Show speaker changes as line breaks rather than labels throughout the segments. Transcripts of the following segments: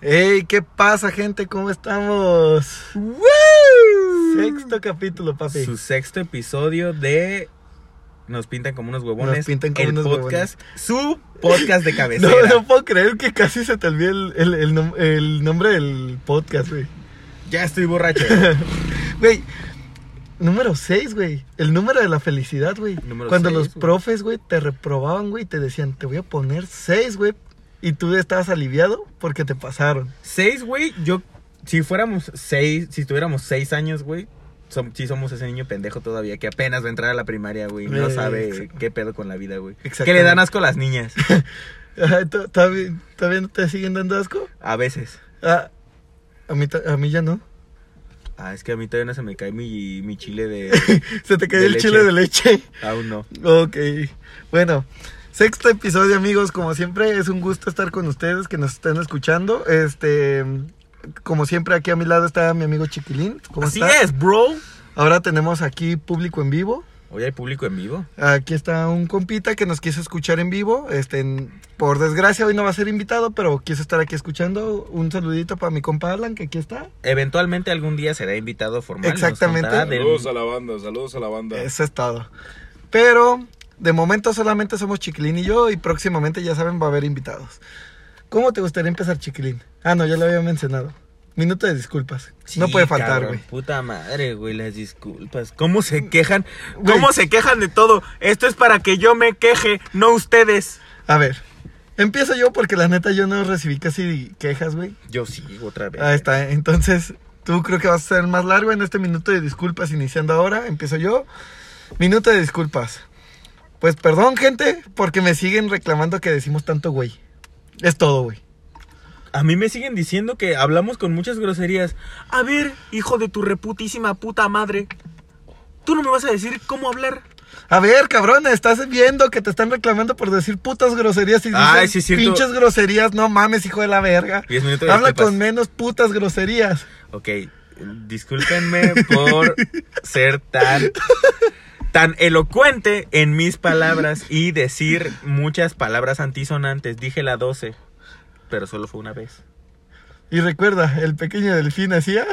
Hey, ¿qué pasa, gente? ¿Cómo estamos? Sexto capítulo, papi.
Su sexto episodio de Nos pintan como unos huevones.
Nos pintan como
el
unos
podcast, Su podcast de
No,
cabecera.
no puedo creer que casi se te olvidó el, el- el nom- el nombre del podcast, güey.
Ya estoy borracho.
Güey, número 6, güey. El número de la felicidad, güey.
Número
Cuando
seis,
los
güey.
profes, güey, te reprobaban, güey, y te decían, te voy a poner 6, güey. Y tú estabas aliviado porque te pasaron.
seis, güey. Yo, si fuéramos seis, si tuviéramos seis años, güey. som- sí somos ese niño pendejo todavía que apenas va a entrar a la primaria, güey. No
Eh,
sabe
exacto.
qué pedo con la vida, güey. Que le
Exactamente.
dan asco a las niñas.
Ay, ¿to- ¿Todavía todavía no te siguen dando asco?
A veces.
Ah, a, mí, ta- a mí ya no.
Ah, es que a mí todavía no se me cae mi, mi chile de...
Se te cayó
De
el
leche.
chile de leche.
Aún no.
Ok. Bueno, sexto episodio, amigos. Como siempre, es un gusto estar con ustedes que nos estén escuchando. Este, como siempre, aquí a mi lado está mi amigo Chiquilín. ¿Cómo
Así
está?
es, bro.
Ahora tenemos aquí público en vivo.
Hoy hay público en vivo.
Aquí está un compita que nos quiso escuchar en vivo. Este, en- por desgracia, hoy no va a ser invitado, pero quiso estar aquí escuchando. Un saludito para mi compa Alan, que aquí está.
Eventualmente algún día será invitado formal. nos
Exactamente.
contará del-
Saludos a la banda, saludos a la banda.
Eso es todo. Pero de momento solamente somos Chiquilín y yo y próximamente ya saben va a haber invitados. ¿Cómo te gustaría empezar Chiquilín? Ah, no, ya lo había mencionado. Minuto de disculpas. no
Sí,
puede faltar,
cabrón,
güey. Mm,
Puta madre, güey, las disculpas. ¿Cómo se quejan?
Güey.
¿Cómo se quejan de todo? Esto es para que yo me queje, no ustedes.
A ver. Empiezo yo porque la neta yo no recibí casi quejas, güey.
Yo sí, otra vez.
Ahí está. ¿eh? Entonces, tú creo que vas a ser más largo en este minuto de disculpas iniciando ahora. Empiezo yo. Minuto de disculpas. Pues perdón, gente, porque me siguen reclamando que decimos tanto, güey. Es todo, güey.
A mí me siguen diciendo que hablamos con muchas groserías. A ver, hijo de tu reputísima puta madre. Tú no me vas a decir cómo hablar.
A ver, cabrón, estás viendo que te están reclamando por decir putas groserías y dices
Ay, sí es cierto.
pinches groserías, no mames, hijo de la verga.
Diez minutos de
Habla
disculpas.
con menos putas groserías.
Ok, discúlpenme por ser tan, tan elocuente en mis palabras y decir muchas palabras antisonantes. Dije la 12, pero solo fue una vez.
Y recuerda, el pequeño delfín hacía.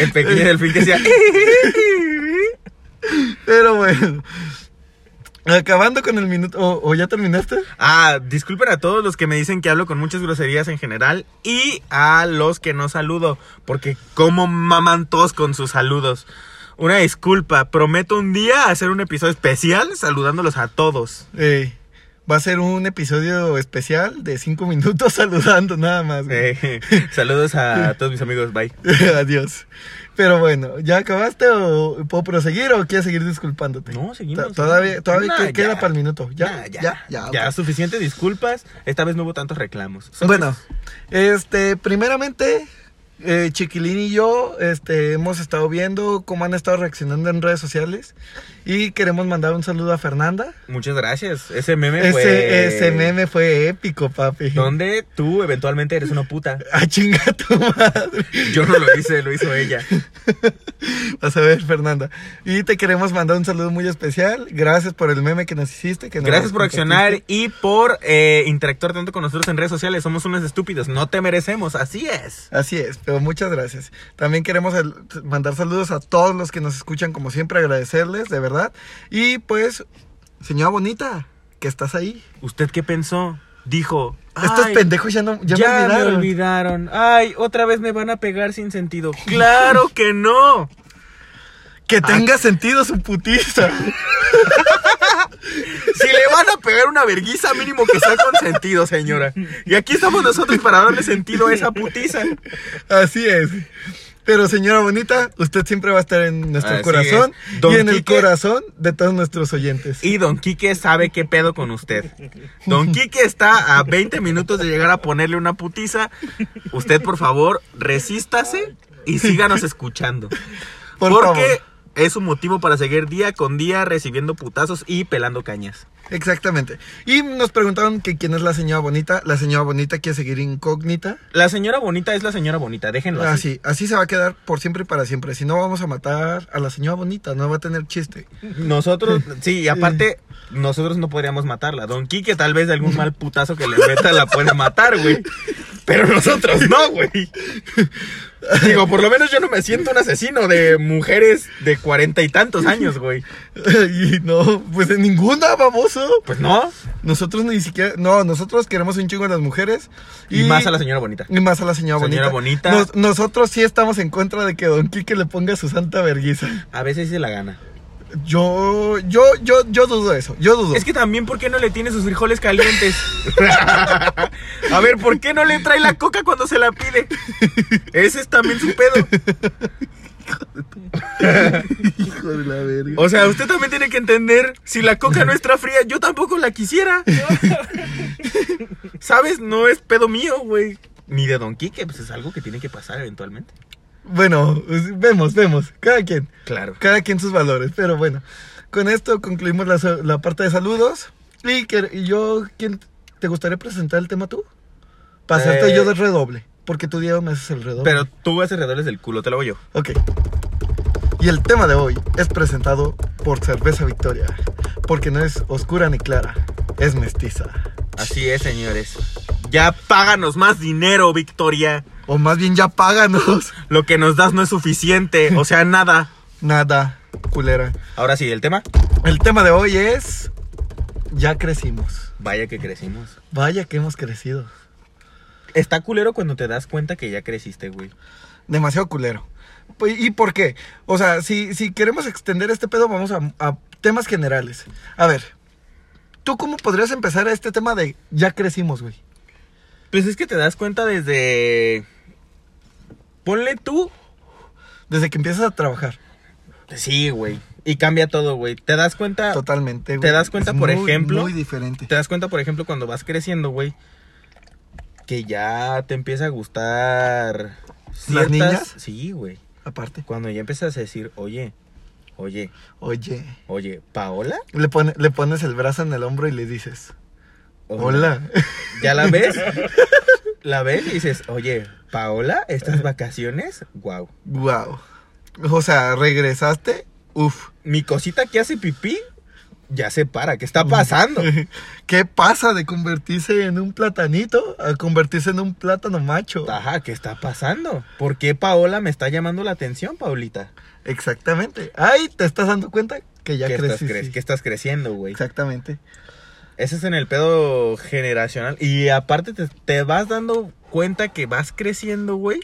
El pequeño delfín que decía...
Pero bueno. Acabando con el minuto. ¿O, o ya terminaste?
Ah, disculpen a todos los que me dicen que hablo con muchas groserías en general y a los que no saludo, porque como maman todos con sus saludos. Una disculpa, prometo un día hacer un episodio especial saludándolos a todos.
Ey, eh, va a ser un episodio especial de cinco minutos saludando nada más. güey.
Eh, saludos a todos mis amigos, bye.
Adiós. Pero bueno, ¿ya acabaste o puedo proseguir o quieres seguir disculpándote?
No, seguimos.
Ta- Todavía, todavía
Nah,
que-
ya.
queda para el minuto. Ya,
Nah,
ya, ya. ok.
suficiente disculpas. Esta vez no hubo tantos reclamos. Son-
Bueno, este, primeramente, eh, Chiquilín y yo este, hemos estado viendo cómo han estado reaccionando en redes sociales y queremos mandar un saludo a Fernanda.
Muchas gracias. Ese meme
Ese,
fue.
ese meme fue épico, papi.
Donde tú eventualmente eres una puta.
A chinga tu madre.
Yo no lo hice, lo hizo ella.
Vas a ver, Fernanda. Y te queremos mandar un saludo muy especial. Gracias por el meme que nos hiciste. Que nos
Gracias por
compartiste.
accionar y por eh, interactuar tanto con nosotros en redes sociales. Somos unos estúpidos, no te merecemos, así es.
Así es, pero muchas gracias. También queremos el- mandar saludos a todos los que nos escuchan, como siempre, agradecerles, de verdad. Y pues, señora bonita, que estás ahí.
¿Usted qué pensó? Dijo.
Estos
"Ay,
pendejos ya, no, ya, me olvidaron.
olvidaron. Ay, otra vez me van a pegar sin sentido. Claro que no.
Que tenga sentido su putiza.
Si le van a pegar una verguiza, mínimo que sea con sentido, señora. Y aquí estamos nosotros para darle sentido a esa putiza.
Así es. Pero señora bonita, usted siempre va a estar en nuestro
Así
corazón
es. Don
y en el
Quique.
corazón de todos nuestros oyentes.
Y Don Quique sabe qué pedo con usted. Don Quique está a 20 minutos de llegar a ponerle una putiza. Usted, por favor, resístase y síganos escuchando.
Por
porque
favor.
es su motivo para seguir día con día recibiendo putazos y pelando cañas.
Exactamente. Y nos preguntaron que quién es la señora bonita. La señora bonita quiere seguir incógnita.
La señora bonita es la señora bonita, déjenlo así.
Así, así se va a quedar por siempre y para siempre. Si no, vamos a matar a la señora bonita. No va a tener chiste.
Nosotros, sí, y aparte, nosotros no podríamos matarla. Don Quique tal vez de algún mal putazo que le meta la puede matar, güey. Pero nosotros no, güey. Digo, por lo menos yo no me siento un asesino de mujeres de cuarenta y tantos años, güey.
y no, pues en ninguna, baboso.
Pues no.
Nosotros ni siquiera. No, nosotros queremos un chingo a las mujeres.
Y, más a la señora bonita.
Y más a la señora,
Señora
bonita.
bonita.
Nos- nosotros sí estamos en contra de que Don Quique le ponga su santa vergüenza.
A veces sí se la gana.
Yo, yo, yo, yo dudo eso. Yo dudo.
Es que también, ¿por qué no le tiene sus frijoles calientes? a ver, ¿por qué no le trae la coca cuando se la pide? Ese es también su pedo.
Hijo de la verga.
O sea, usted también tiene que entender, si la coca no está fría, yo tampoco la quisiera. ¿Sabes? No es pedo mío, güey. Ni de Don Quique, pues es algo que tiene que pasar eventualmente.
Bueno, pues, vemos, vemos. Cada quien.
Claro.
Cada quien sus valores. Pero bueno, con esto concluimos la, sa- la parte de saludos. Y, que- y yo, ¿quién ¿te gustaría presentar el tema tú? Para hacerte
Eh.
yo del redoble. Porque tú, Diego, me haces el redoble.
Pero tú haces alrededor del culo, te lo hago yo.
Ok. Y el tema de hoy es presentado por Cerveza Victoria. Porque no es oscura ni clara, es mestiza.
Así es, señores. Ya páganos más dinero, Victoria.
O más bien ya páganos.
Lo que nos das no es suficiente, o sea, nada.
Nada, culera.
Ahora sí, el tema.
El tema de hoy es... Ya crecimos.
Vaya que crecimos.
Vaya que hemos crecido.
Está culero cuando te das cuenta que ya creciste, güey.
Demasiado culero. Pues, ¿Y por qué? O sea, si, si queremos extender este pedo, vamos a, a temas generales. A ver, ¿tú cómo podrías empezar este tema de ya crecimos, güey?
Pues es que te das cuenta desde... Ponle tú
Desde que empiezas a trabajar.
Sí, güey. Y cambia todo, güey. Te das cuenta.
Totalmente, güey.
Ah, ¿Te das cuenta,
Es
por
muy,
ejemplo?
Muy diferente.
Te das cuenta, por ejemplo, cuando vas creciendo, güey. Que ya te empieza a gustar. ciertas-
niñas?
Sí, güey.
Aparte.
Cuando ya empiezas a decir, oye, oye,
Oye.
oye, ¿Paola?
Le, pone- le pones el brazo en el hombro y le dices, hola.
¿Ya la ves? la ves y dices, oye, ¿Paola? ¿Estas vacaciones? Wow.
wow. O sea, regresaste. Uf.
Mi cosita que hace pipí ya se para. ¿Qué está pasando?
¿Qué pasa de convertirse en un platanito a convertirse en un plátano macho?
Ajá, ¿qué está pasando? ¿Por qué Paola me está llamando la atención, Paulita?
Exactamente. Ay, te estás dando cuenta que ya
que
creciste.
estás, cre- que estás creciendo, güey.
Exactamente.
Ese es en el pedo generacional. Y aparte te, te vas dando cuenta que vas creciendo, güey.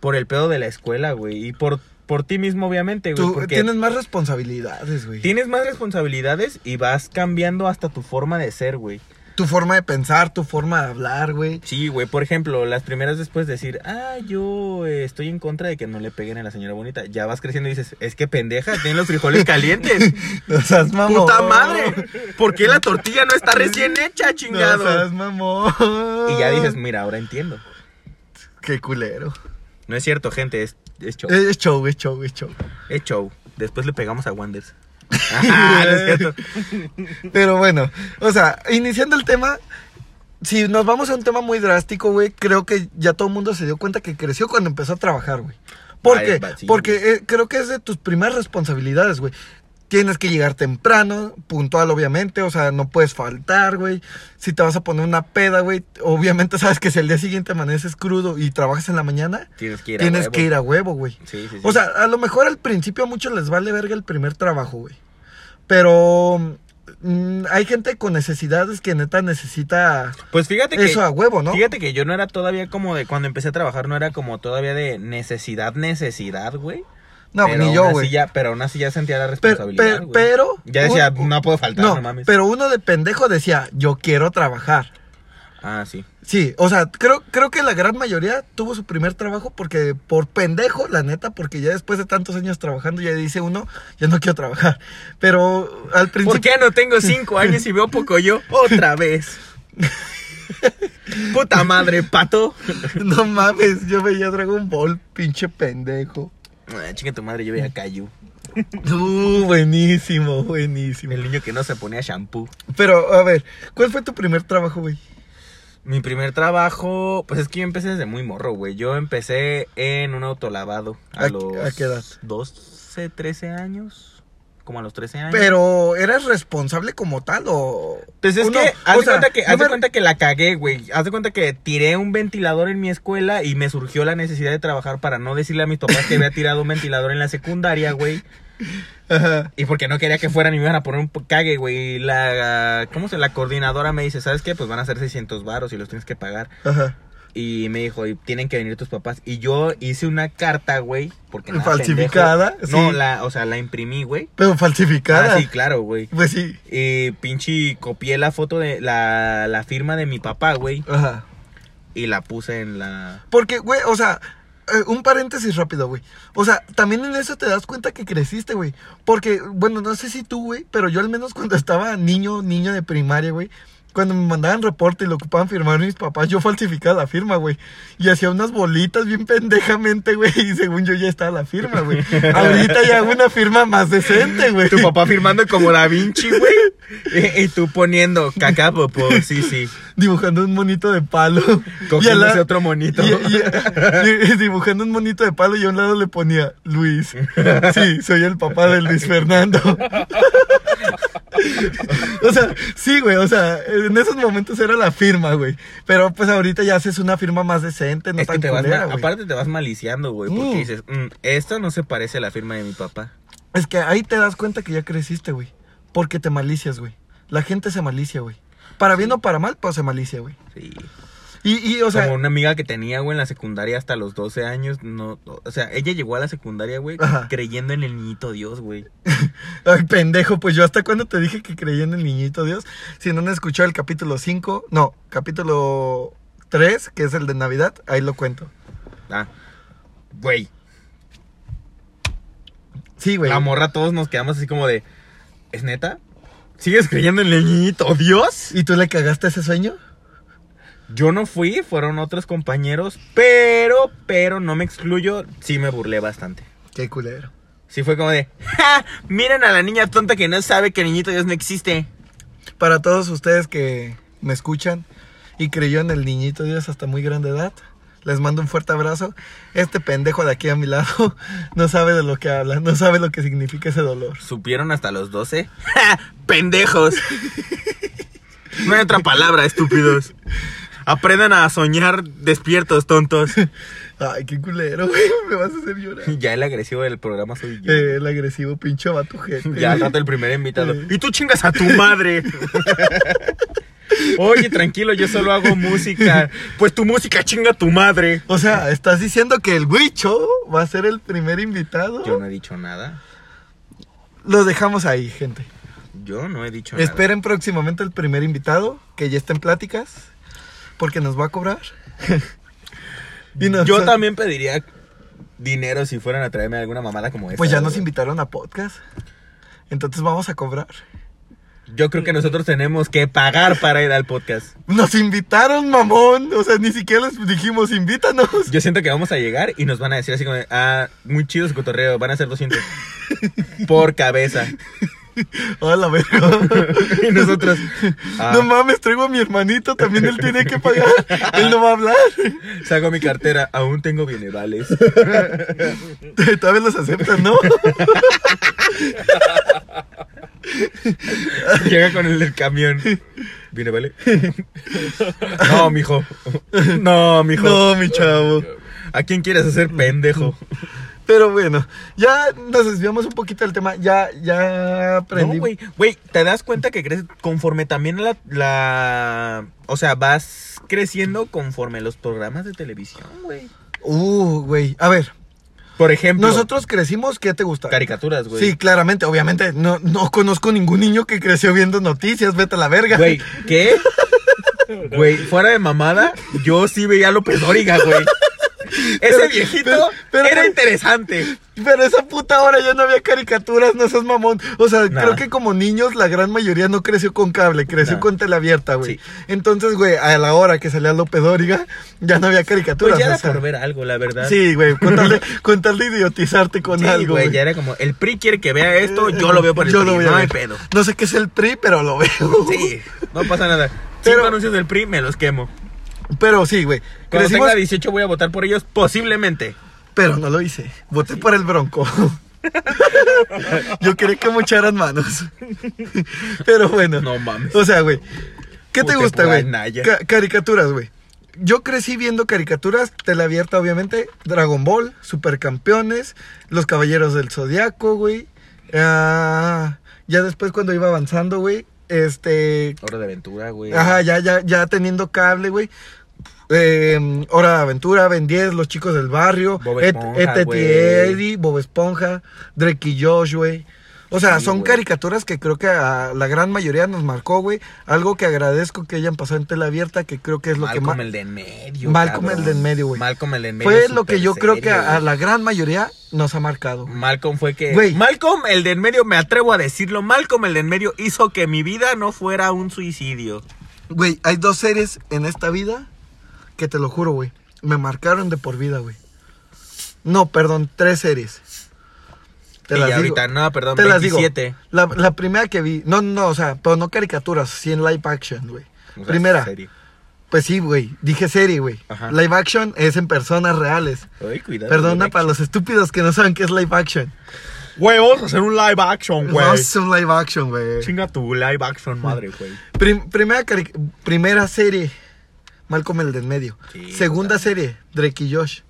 Por el pedo de la escuela, güey. Y por, por ti mismo, obviamente, güey.
Tú
Porque
tienes más responsabilidades, güey.
tienes más responsabilidades y vas cambiando hasta tu forma de ser, güey.
Tu forma de pensar, tu forma de hablar, güey.
Sí, güey. Por ejemplo, las primeras después decir, ah, yo eh, estoy en contra de que no le peguen a la señora bonita. Ya vas creciendo y dices, es que pendeja, tienen los frijoles calientes.
No seas mamón.
¡Puta madre! ¿Por qué la tortilla no está recién hecha, chingado?
No seas mamón.
Y ya dices, mira, ahora entiendo.
Qué culero.
No es cierto, gente, es, es show.
Es show, es show, es show.
Es show. Después le pegamos a Wanders. Ah, no es cierto.
Pero bueno, o sea, iniciando el tema, si nos vamos a un tema muy drástico, güey, creo que ya todo el mundo se dio cuenta que creció cuando empezó a trabajar, güey. ¿Por
Vale,
qué?
va, sí,
Porque eh, creo que es de tus primeras responsabilidades, güey. Tienes que llegar temprano, puntual, obviamente, o sea, no puedes faltar, güey. Si te vas a poner una peda, güey, obviamente sabes que si el día siguiente amaneces crudo y trabajas en la mañana,
Tienes que ir a
tienes
huevo.
que ir a huevo, güey.
Sí, sí, sí.
O sea, a lo mejor al principio a muchos les vale verga el primer trabajo, güey. Pero mm, hay gente con necesidades que neta necesita
pues fíjate que.
eso a huevo, ¿no?
Fíjate que yo no era todavía como de cuando empecé a trabajar, no era como todavía de necesidad, necesidad, güey.
no,
Pero
ni
aún
yo,
así
güey.
ya- Pero aún así ya sentía la
Pero,
responsabilidad.
pero,
güey.
pero-
Ya decía,
un-
no puedo faltar, no,
no,
mames.
pero uno de pendejo decía, yo quiero trabajar.
Ah, sí.
Sí, o sea, creo, creo que la gran mayoría tuvo su primer trabajo porque por pendejo, la neta, porque ya después de tantos años trabajando ya dice uno, ya no quiero trabajar. Pero al principio...
¿Por qué no tengo cinco años y veo poco yo? Otra vez. Puta madre, pato.
No mames, yo veía Dragon Ball, pinche pendejo.
Ah, Chinga tu madre, yo veía Cayu.
Uh, buenísimo, buenísimo.
El niño que no se ponía shampoo.
Pero, a ver, ¿cuál fue tu primer trabajo, güey?
Mi primer trabajo, pues es que yo empecé desde muy morro, güey. Yo empecé en un autolavado a,
¿A-
los
a qué edad?
12, 13 años. Como a los 13 años.
Pero, ¿eras responsable como tal o...?
Pues es
o no?
que, haz,
O
de
sea,
cuenta que
yo
haz de
me-
cuenta que la cagué, güey. Haz de cuenta que tiré un ventilador en mi escuela y me surgió la necesidad de trabajar para no decirle a mis papás que había tirado un ventilador en la secundaria, güey.
Ajá.
Y porque no quería que fueran y me iban a poner un po- cague, güey. Y La, ¿cómo se? La coordinadora me dice, ¿sabes qué? Pues van a ser 600 varos y los tienes que pagar.
Ajá.
Y me dijo, y tienen que venir tus papás. Y yo hice una carta, güey. Porque nada,
Falsificada,
pendejo. No,
sí.
la, o sea, la imprimí, güey.
Pero
Ah,
falsificada.
sí, claro, güey.
Pues sí.
Y pinche copié la foto de la, la firma de mi papá, güey.
Ajá.
Y la puse en la...
Porque, güey, o sea, eh, un paréntesis rápido, güey. O sea, también en eso te das cuenta que creciste, güey. Porque, bueno, no sé si tú, güey, pero yo al menos cuando estaba niño, niño de primaria, güey. Cuando me mandaban reporte y lo ocupaban firmar mis papás, yo falsificaba la firma, güey. Y hacía unas bolitas bien pendejamente, güey. Y según yo ya estaba la firma, güey. Ahorita ya hago una firma más decente, güey.
Tu papá firmando como Da Vinci, güey. Y, y tú poniendo caca, popó. Sí, sí.
Dibujando un monito de palo. Y al
Cogiéndose
la-
otro monito.
Y- y- y dibujando un monito de palo y a un lado le ponía Luis. Sí, soy el papá de Luis Fernando. O sea, sí, güey, o sea, en esos momentos era la firma, güey. Pero pues ahorita ya haces una firma más decente, no
Es que
tan
te vas
culera,
mal-
güey.
aparte te vas maliciando, güey, porque
Mm.
dices, "Mm, esto no se parece a la firma de mi papá.
Es que ahí te das cuenta que ya creciste, güey. Porque te malicias, güey. La gente se malicia, güey. Para bien o para mal, pues se malicia, güey.
Sí.
Y, y, o sea,
como una amiga que tenía, güey, en la secundaria hasta los 12 años, no, o sea, ella llegó a la secundaria, güey,
Ajá.
creyendo en el niñito Dios, güey.
Ay, pendejo, pues yo hasta cuando te dije que creía en el niñito Dios. Si no han escuchado el capítulo 5, no, capítulo 3, que es el de Navidad, ahí lo cuento.
Ah, güey,
Sí, güey.
la morra todos nos quedamos así como de, ¿es neta? ¿Sigues creyendo en el niñito Dios?
¿Y tú le cagaste ese sueño?
Yo no fui, fueron otros compañeros, pero, pero no me excluyo, sí me burlé bastante.
Qué culero.
Sí fue como de, ¡ja! Miren a la niña tonta que no sabe que el niñito Dios no existe.
Para todos ustedes que me escuchan y creyó en el niñito Dios hasta muy grande edad, les mando un fuerte abrazo. Este pendejo de aquí a mi lado no sabe de lo que habla, no sabe lo que significa ese dolor.
¿Supieron hasta los 12? ¡Ja! ¡Pendejos! No hay otra palabra, estúpidos. Aprendan a soñar despiertos, tontos.
Ay, qué culero, güey, me vas a hacer llorar.
Ya el agresivo del programa soy yo.
Eh, el agresivo pinche batujete.
Ya al rato el primer invitado. Eh. Y tú chingas a tu madre. Oye, tranquilo, yo solo hago música. Pues tu música chinga a tu madre.
O sea, ¿estás diciendo que el Huicho va a ser el primer invitado?
Yo no he dicho nada.
Lo dejamos ahí, gente.
Yo no he dicho nada.
Esperen próximamente el primer invitado, que ya está en pláticas, porque nos va a cobrar. Y nos-
Yo también pediría dinero si fueran a traerme alguna mamada como esta.
Pues ya nos
güey.
invitaron a podcast. Entonces vamos a cobrar.
Yo creo que nosotros tenemos que pagar para ir al podcast.
Nos invitaron, mamón. O sea, ni siquiera les dijimos, invítanos.
Yo siento que vamos a llegar y nos van a decir así como, de, ah, muy chido su cotorreo, van a ser 200 por cabeza.
Hola, verga.
Y nosotros, ah,
No mames, traigo a mi hermanito, también él tiene que pagar. Él no va a hablar.
saco mi cartera, aún tengo bienevales.
Todavía los aceptan, ¿no?
Llega con el del camión. ¿Bienevale? No, mijo. No, mijo.
No, mi chavo.
¿A quién quieres hacer pendejo?
Pero bueno, ya nos desviamos un poquito del tema. Ya, ya aprendí.
No, güey. Güey, te das cuenta que creces conforme también la, la... O sea, vas creciendo conforme los programas de televisión, güey.
Uh, güey. A ver,
Por ejemplo...
nosotros crecimos, ¿qué te gusta?
Caricaturas, güey.
Sí, claramente, obviamente. No, no conozco ningún niño que creció viendo noticias, vete a la verga.
Güey, ¿qué? Güey, fuera de mamada, yo sí veía a López Dóriga, güey. Ese
Pero-
viejito
pero- pero,
era
güey.
interesante.
Pero esa puta hora ya no había caricaturas, no seas mamón. O sea,
Nah.
creo que como niños la gran mayoría no creció con cable, creció
Nah.
con tela abierta, güey.
Sí.
Entonces, güey, a la hora que salía López Dóriga, ya no había caricaturas.
Pues ya
o
era
sea.
por ver algo, la verdad.
Sí, güey, con tal, de, con tal de idiotizarte con
Sí,
algo,
güey,
güey.
ya era como, el PRI quiere que vea esto, yo lo veo por el
Yo
PRI,
lo voy a
no hay
ver.
pedo.
No sé qué es el PRI, pero lo veo.
Sí, no pasa nada. Cinco
Pero-
anuncios del PRI, me los quemo.
Pero sí, güey.
Cuando
Crecimos,
tenga 18 voy a votar por ellos, posiblemente.
pero no lo hice. Voté por el bronco. Yo quería que mocharan manos. pero bueno.
No mames.
O sea, güey. ¿Qué te
Voté
gusta,
por
güey?
Anaya.
Ca- caricaturas, güey. Yo crecí viendo caricaturas, tela abierta, obviamente. Dragon Ball, Supercampeones, Los Caballeros del Zodiaco, güey. Ah, ya después, cuando iba avanzando, güey. Este.
Hora de aventura, güey.
Ajá, ya, ya, ya teniendo cable, güey. Eh, Hora de Aventura, Ben 10, Los Chicos del Barrio,
Bob
Et-
Esponja,
Ed, Ed,
güey.
Eddie, Bob Esponja, Drake y Josh, güey. O sea,
Sí,
son
güey.
caricaturas que creo que a la gran mayoría nos marcó, güey. Algo que agradezco que hayan pasado en tela abierta, que creo que es lo que
Malcolm
más...
el de en medio.
Malcolm el de en medio, güey.
Malcolm el de en medio.
Fue
es
lo que yo
superserio,
creo que a, a la gran mayoría nos ha marcado.
güey. Malcolm fue que.
Güey.
Malcolm el de en medio, me atrevo a decirlo. Malcolm el de en medio hizo que mi vida no fuera un suicidio.
Güey, hay dos series en esta vida que te lo juro, güey. Me marcaron de por vida, güey. No, perdón, tres series. Te
y
las digo.
ahorita, no, perdón,
Te las digo.
27.
La, la primera que vi, no, no, o sea, pero no caricaturas, sí en live action, güey.
O sea,
primera,
serio.
pues sí, güey. Dije serie, güey.
Ajá.
Live action es en personas reales.
Ay, cuidado.
Perdona
güey.
para los estúpidos que no saben qué es live action.
Güey, vamos a hacer un live action, güey.
No es un live action, güey.
Chinga tu live action, madre, güey.
Prim- primera, cari- primera serie, Malcolm el de en medio.
Sí,
Segunda serie, Drake y Josh.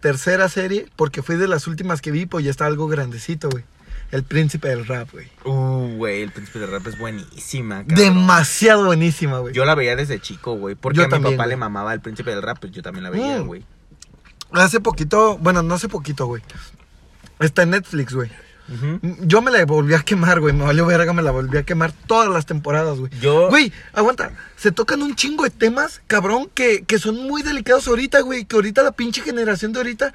Tercera serie, porque fue de las últimas que vi, pues ya está algo grandecito, güey. El príncipe del rap, güey.
Uh, güey, el príncipe de rap es buenísima, cabrón.
Demasiado buenísima, güey.
Yo la veía desde chico, güey. Porque
Yo
a mi
también,
papá
güey.
le mamaba el príncipe del rap, pues yo también la veía,
Mm.
güey.
Hace poquito, bueno, no hace poquito, güey. Está en Netflix, güey.
Ujú.
Yo me la volví a quemar, güey. Me valió verga, me la volví a quemar todas las temporadas, güey.
Yo-
Güey, aguanta. Se tocan un chingo de temas, cabrón, que, que son muy delicados ahorita, güey. Que ahorita la pinche generación de ahorita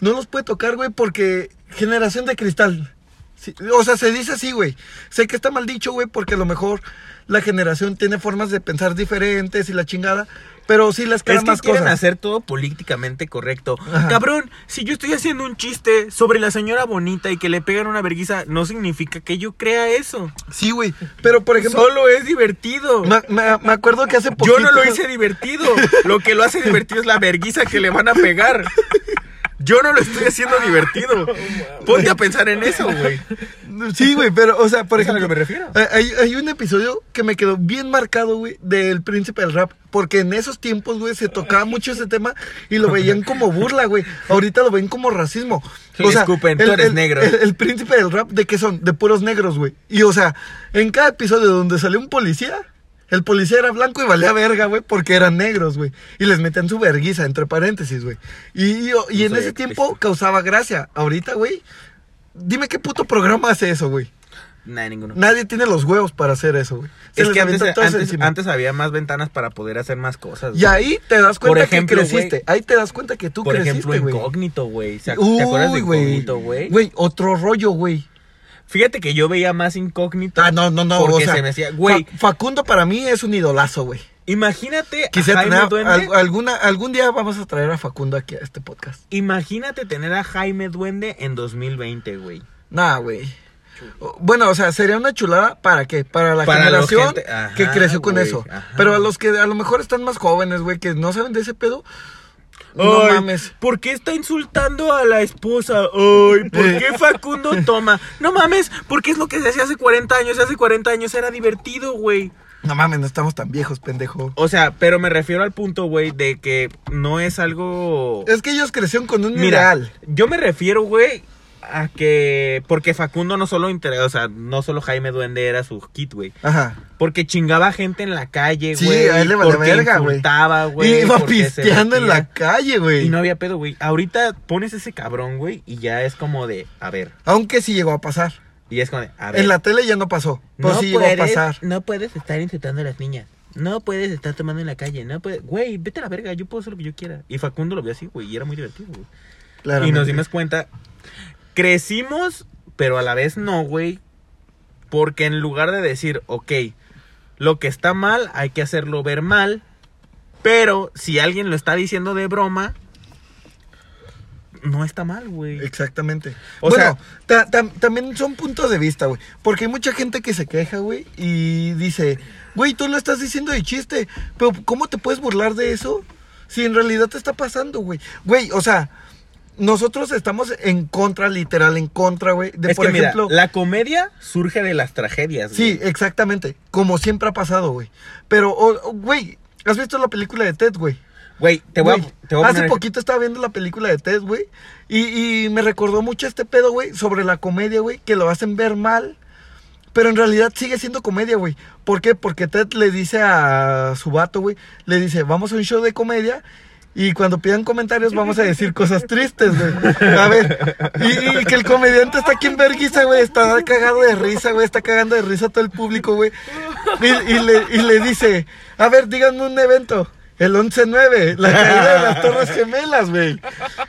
no los puede tocar, güey, porque generación de cristal. Sí, o sea, se dice así, güey. Sé que está mal dicho, güey, porque a lo mejor la generación tiene formas de pensar diferentes y la chingada. Pero sí las
Es
caras
que
más
quieren
cosas.
hacer todo políticamente correcto.
Ajá.
Cabrón, si yo estoy haciendo un chiste sobre la señora bonita y que le pegan una verguiza, no significa que yo crea eso.
Sí, güey. Pero, por ejemplo,
Solo es divertido.
me, me- me acuerdo que hace poquito...
Yo no lo hice divertido. Lo que lo hace divertido es la verguiza que le van a pegar. Yo no lo estoy haciendo
Oh,
divertido. Ponte a pensar en eso, güey.
Sí, güey, pero, o sea, por
¿Es a lo
ejemplo.
que me refiero?
eh, Hay, hay un episodio que me quedó bien marcado, güey, del príncipe del rap. Porque en esos tiempos, güey, se tocaba mucho ese tema y lo veían como burla, güey. Ahorita lo ven como racismo.
Le escupen, tú eres negro.
El, el príncipe del rap, ¿de qué son? De puros negros, güey. Y, o sea, en cada episodio donde salió un policía. El policía era blanco y valía verga, güey, porque eran negros, güey. Y les metían su verguiza, entre paréntesis, güey. Y, y- y en
soy
ese tiempo
explícito.
causaba gracia. Ahorita, güey, Dime qué puto programa hace eso, güey.
Nada, ninguno.
Nadie tiene los huevos para hacer eso, güey. Se
es
les
que antes,
avienta todo eso
antes-
encima.
antes había más ventanas para poder hacer más cosas.
Y ahí te das
Por
cuenta
ejemplo,
que creciste.
güey,
ahí te das cuenta que tú
Por
creciste,
ejemplo,
güey.
Incógnito, güey. ¿Se ac- ¿Te acuerdas de
Uy, güey.
Incógnito, güey?
Güey, otro rollo, güey.
Fíjate que yo veía más Incógnito.
Ah, no, no, no.
Porque
o sea,
se me hacía, güey.
Fa- Facundo para mí es un idolazo, güey.
Imagínate a
Quisiera
Jaime
tener a-
Duende.
al- alguna, algún día vamos a traer a Facundo aquí a este podcast.
Imagínate tener a Jaime Duende en 2020, güey.
Nah, güey. O- Bueno, o sea, sería una chulada para qué? Para la
Para la
generación
gente- ajá,
que creció con
güey,
eso.
ajá.
Pero a los que a lo mejor están más jóvenes, güey, que no saben de ese pedo. No
Ay,
mames.
¿Por qué está insultando a la esposa? Ay, ¿por qué Facundo toma? No mames, porque es lo que se hacía hace 40 años. Hace 40 años era divertido, güey.
No mames, no estamos tan viejos, pendejo.
O sea, pero me refiero al punto, güey, de que no es algo...
Es que ellos crecieron con un
Oh. Mira,
ideal.
yo me refiero, güey, a que... Porque Facundo no solo... inter- O sea, no solo Jaime Duende era su kit, güey.
Ajá.
Porque chingaba gente en la calle,
Sí,
güey.
a él le valía
porque
verga, güey.
insultaba, güey.
y iba
porque se
pisteando en la
metía.
calle, güey.
Y no había pedo, güey. Ahorita pones ese cabrón, güey, y ya es como de, a ver.
Aunque sí llegó a pasar.
Y es como de, a ver.
En la tele ya no pasó. Pero sí llegó a pasar.
no puedes estar insultando a las niñas. No puedes estar tomando en la calle. No puedes. Güey, vete a la verga. Yo puedo hacer lo que yo quiera. Y Facundo lo vio así, güey. Y era muy divertido, güey. Y
claramente.
nos dimos cuenta Crecimos, pero a la vez no, güey. Porque en lugar de decir, ok, lo que está mal hay que hacerlo ver mal. Pero si alguien lo está diciendo de broma, no está mal, güey.
Exactamente.
O
bueno, ta- tam- también son puntos de vista, güey. Porque hay mucha gente que se queja, güey, y dice, güey, tú lo estás diciendo de chiste, pero ¿cómo te puedes burlar de eso? Si en realidad te está pasando, güey. Güey, o sea, nosotros estamos en contra, literal, en contra, güey. De,
es
por
que mira,
ejemplo,
la comedia surge de las tragedias,
Sí, exactamente. Como siempre ha pasado, güey. Pero, o- o, güey, ¿has visto la película de Ted, güey?
Güey, te voy
Güey,
a, te voy a
Hace
poner-
poquito estaba viendo la película de Ted, güey. Y, y me recordó mucho este pedo, güey, sobre la comedia, güey, que lo hacen ver mal. Pero en realidad sigue siendo comedia, güey. ¿Por qué? Porque Ted le dice a su vato, güey, le dice, vamos a un show de comedia. Y cuando pidan comentarios vamos a decir cosas tristes, güey. A ver. Y, y que el comediante está aquí en verguiza, güey. Está cagado de risa, güey. Está cagando de risa a todo el público, güey. Y, y le, y le dice, a ver, díganme un evento. El 11-9, la caída de las Torres Gemelas, güey.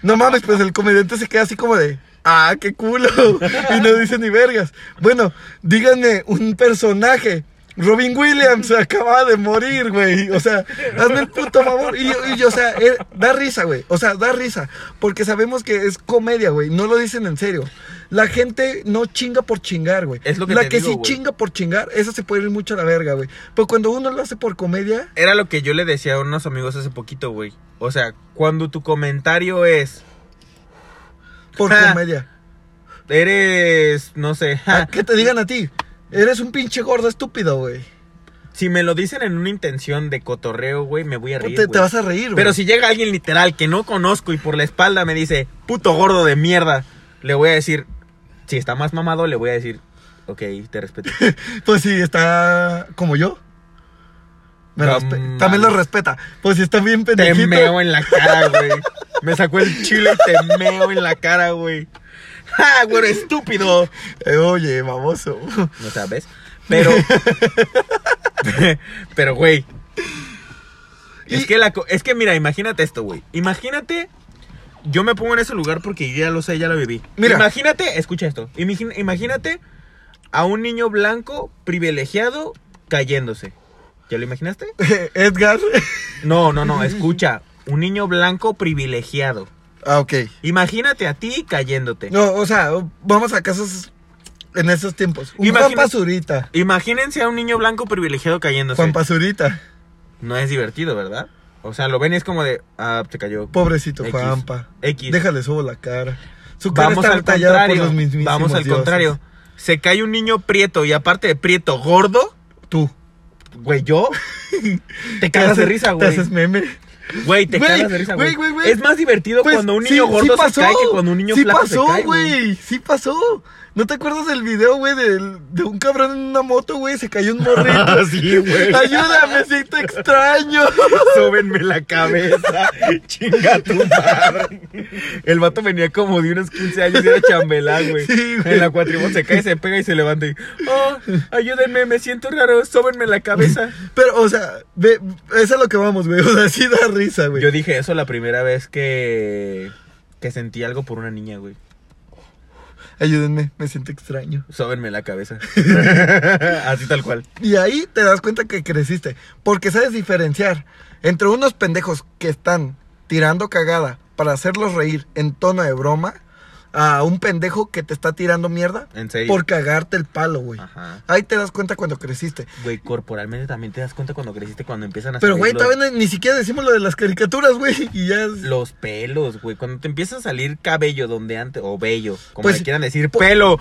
No mames, pues el comediante se queda así como de, ah, qué culo. Y no dice ni vergas. Bueno, díganme un personaje. Robin Williams acaba de morir, güey. O sea, hazme el puto favor. Y, yo- y yo, o sea, eh, da risa, güey. O sea, da risa. Porque sabemos que es comedia, güey. No lo dicen en serio. La gente no chinga por chingar, güey.
Es lo que
La
te
que
digo,
sí
güey.
chinga por chingar, esa se puede ir mucho a la verga, güey. Pero cuando uno lo hace por comedia,
Era lo que yo le decía a unos amigos hace poquito, güey. O sea, cuando tu comentario es,
por
Ja.
comedia.
eres, no sé,
Ah, que te digan a ti, eres un pinche gordo estúpido, güey.
si me lo dicen en una intención de cotorreo, güey, me voy a reír.
Te, te
güey.
vas a reír, güey.
Pero si llega alguien literal que no conozco y por la espalda me dice, puto gordo de mierda, le voy a decir, si está más mamado, le voy a decir, ok, te respeto.
Pues si está como yo. Me
No
respe-
mames.
También lo respeta. Pues si está bien
te
pendejito.
meo en la cara, güey. Me sacó el chile y te meo en la cara, güey. ¡Ja, güey, estúpido!
Eh, oye, baboso.
No sabes. Pero. pero, güey. Es que, la, co- es que, mira, imagínate esto, güey. Imagínate. Yo me pongo en ese lugar porque yo ya lo sé, ya lo viví.
Mira.
Imagínate, escucha esto. imagin- Imagínate a un niño blanco privilegiado cayéndose. ¿Ya lo imaginaste?
Edgar.
No, no, no, escucha. Un niño blanco privilegiado.
ah, ok.
Imagínate a ti cayéndote.
No, o sea, vamos a casos en esos tiempos. Un Juan
Imagina-
Pazurita.
Imagínense a un niño blanco privilegiado cayéndose.
Juan Pazurita.
no es divertido, ¿verdad? O sea, lo ven y es como de, ah, te cayó.
Pobrecito
X.
Juanpa.
X.
Déjale subo la cara. Su cara
Vamos
está
al
tallada por
contrario.
los mismísimos
Vamos al
dioses.
contrario. Se cae un niño prieto y aparte de prieto, gordo,
Tú.
güey, yo. Te cagas
haces-
de risa,
Te
güey.
haces meme.
Güey, te
Güey,
cagas de risa, güey.
güey, güey, güey.
Es más divertido
Pues,
cuando un
sí-
niño
sí
gordo
pasó,
se cae que cuando un niño
sí
flaco
pasó,
se cae, güey.
güey. Sí pasó. ¿No te acuerdas del video, güey, del- de un cabrón en una moto, güey? Se cayó un morrito.
Sí, güey.
Ayúdame, siento extraño.
Sóbenme la cabeza. Chinga tu madre. El vato venía como de unos 15 años y era chambelán, güey.
Sí, güey.
En la cuatrimoto se cae, se pega y se levanta y. Oh, ayúdenme, me siento raro. Sóbenme la cabeza.
Pero, o sea, ve, es a lo que vamos, güey. O sea, sí da risa, güey.
Yo dije eso la primera vez que. Que sentí algo por una niña, güey.
Ayúdenme, me siento extraño.
Sóbenme la cabeza. Así tal cual.
Y ahí te das cuenta que creciste. Porque sabes diferenciar entre unos pendejos que están tirando cagada para hacerlos reír en tono de broma a un pendejo que te está tirando mierda
En serio.
por cagarte el palo, güey.
Ajá.
Ahí te das cuenta cuando creciste.
Güey, corporalmente también te das cuenta cuando creciste, cuando empiezan a
Pero,
salir
güey,
los-
todavía ni, ni siquiera decimos lo de las caricaturas, güey. Y ya. es-
Los pelos, güey. Cuando te empieza a salir cabello donde antes. O bello. Como
Pues-
le quieran decir. Pelo.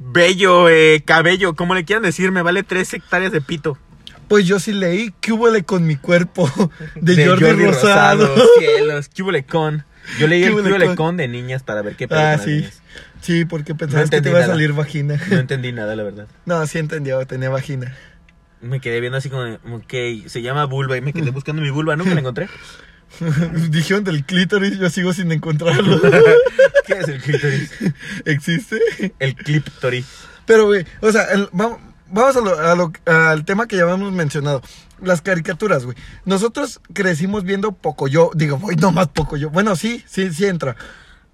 Bello, eh, cabello. Como le quieran decir. Me vale tres hectáreas de pito.
Pues yo sí leí ¿Qué huele con mi cuerpo? De, Jordi, Rosado.
Cielos. eh, ¿Qué hubo le con? Yo leí
¿Qué
el
hubo le
Cúbole
con?
con? de niñas para ver qué pedo
Ah,
con las
sí.
niñas.
Sí, porque pensabas que te
entendí
iba a
nada.
salir vagina.
No entendí nada, la verdad.
No, sí entendió, tenía vagina.
Me quedé viendo así como, de, ok, se llama vulva y me
Mm.
quedé buscando mi vulva, nunca la encontré.
Dijeron del clítoris, yo sigo sin encontrarlo.
¿Qué es el clítoris?
¿Existe?
El clítoris.
Pero, güey, o sea, el- va- vamos a lo- a lo- al tema que ya habíamos mencionado. Las caricaturas, güey. Nosotros crecimos viendo Pocoyo. Digo, güey, no más Pocoyo. Bueno, sí, sí, sí entra.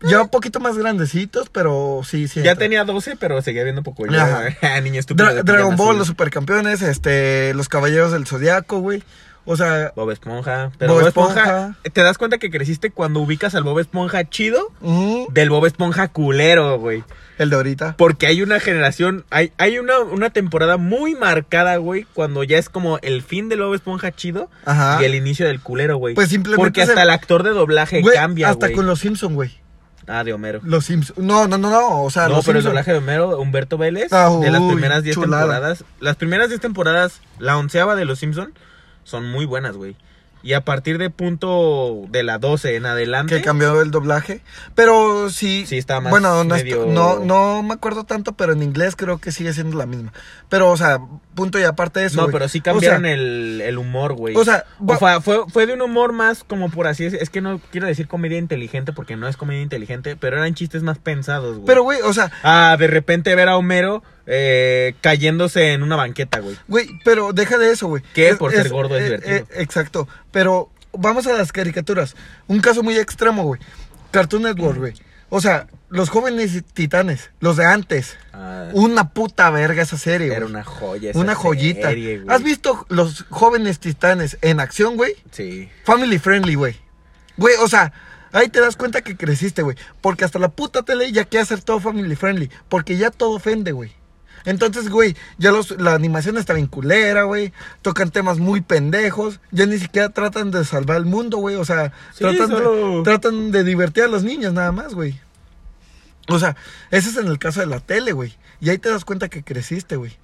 Ya un poquito más grandecitos, pero sí, sí.
Eh. Ya
entra.
tenía 12, pero seguía viendo poco.
Ajá.
Niña estúpida.
Dra-
de
Dragon
pijama
Ball,
azul.
los supercampeones, este, los caballeros del zodiaco, güey. O sea,
Bob Esponja. Pero
Bob
Bob Esponja,
Esponja.
Te das cuenta que creciste cuando ubicas al Bob Esponja chido
mm,
del Bob Esponja culero, güey.
el de ahorita.
Porque hay una generación, hay, hay una, una temporada muy marcada, güey, cuando ya es como el fin del Bob Esponja chido
Ajá.
y el inicio del culero, güey.
Ah. Pues simplemente
Porque
se-
hasta el actor de doblaje
Güey,
cambia,
hasta
güey.
con los Simpson, güey.
Ah, de Homero.
Los Simpson. No, no, no, no. O sea,
no,
Ah, los
pero el
Simpson.
doblaje de Homero, Humberto Vélez,
Ah,
de las
uy,
primeras 10
chulada.
temporadas. Las primeras 10 temporadas, la onceava de Los Simpson, son muy buenas, güey. Y a partir de punto de la 12 en adelante...
Que cambió el doblaje. Pero sí.
Sí, está más
Bueno, no,
medio-
est- no, no me acuerdo tanto, pero en inglés creo que sigue siendo la misma. Pero, o sea, punto y aparte de eso.
no,
güey.
pero sí
O sea,
cambiaron el, el humor, güey.
O sea,
O
va-
fa- fue, fue de un humor más como por así decir. Es que no quiero decir comedia inteligente porque no es comedia inteligente, pero eran chistes más pensados, güey.
pero, güey, o sea,
Ah, de repente ver a Homero eh, cayéndose en una banqueta, güey.
Güey, pero deja de eso, güey. eh,
Que por ser gordo es divertido.
exacto. Pero vamos a las caricaturas. Un caso muy extremo, güey. Cartoon Network, güey. O sea, los jóvenes titanes, los de antes.
Ah,
Una puta verga esa serie,
era
güey.
una joya. esa
Una joyita.
serie, güey.
¿Has visto los jóvenes titanes en acción, güey?
Sí.
Family friendly, güey. Güey, o sea, ahí te das cuenta que creciste, güey. Porque hasta la puta tele ya quiere hacer todo family friendly. Porque ya todo ofende, güey. Entonces, güey, ya los, la animación está bien culera, güey. Tocan temas muy pendejos. Ya ni siquiera tratan de salvar el mundo, güey. O sea,
Sí,
tratan, de,
solo-
tratan de divertir a los niños nada más, güey. O sea, ese es en el caso de la tele, güey. Y ahí te das cuenta que creciste, güey.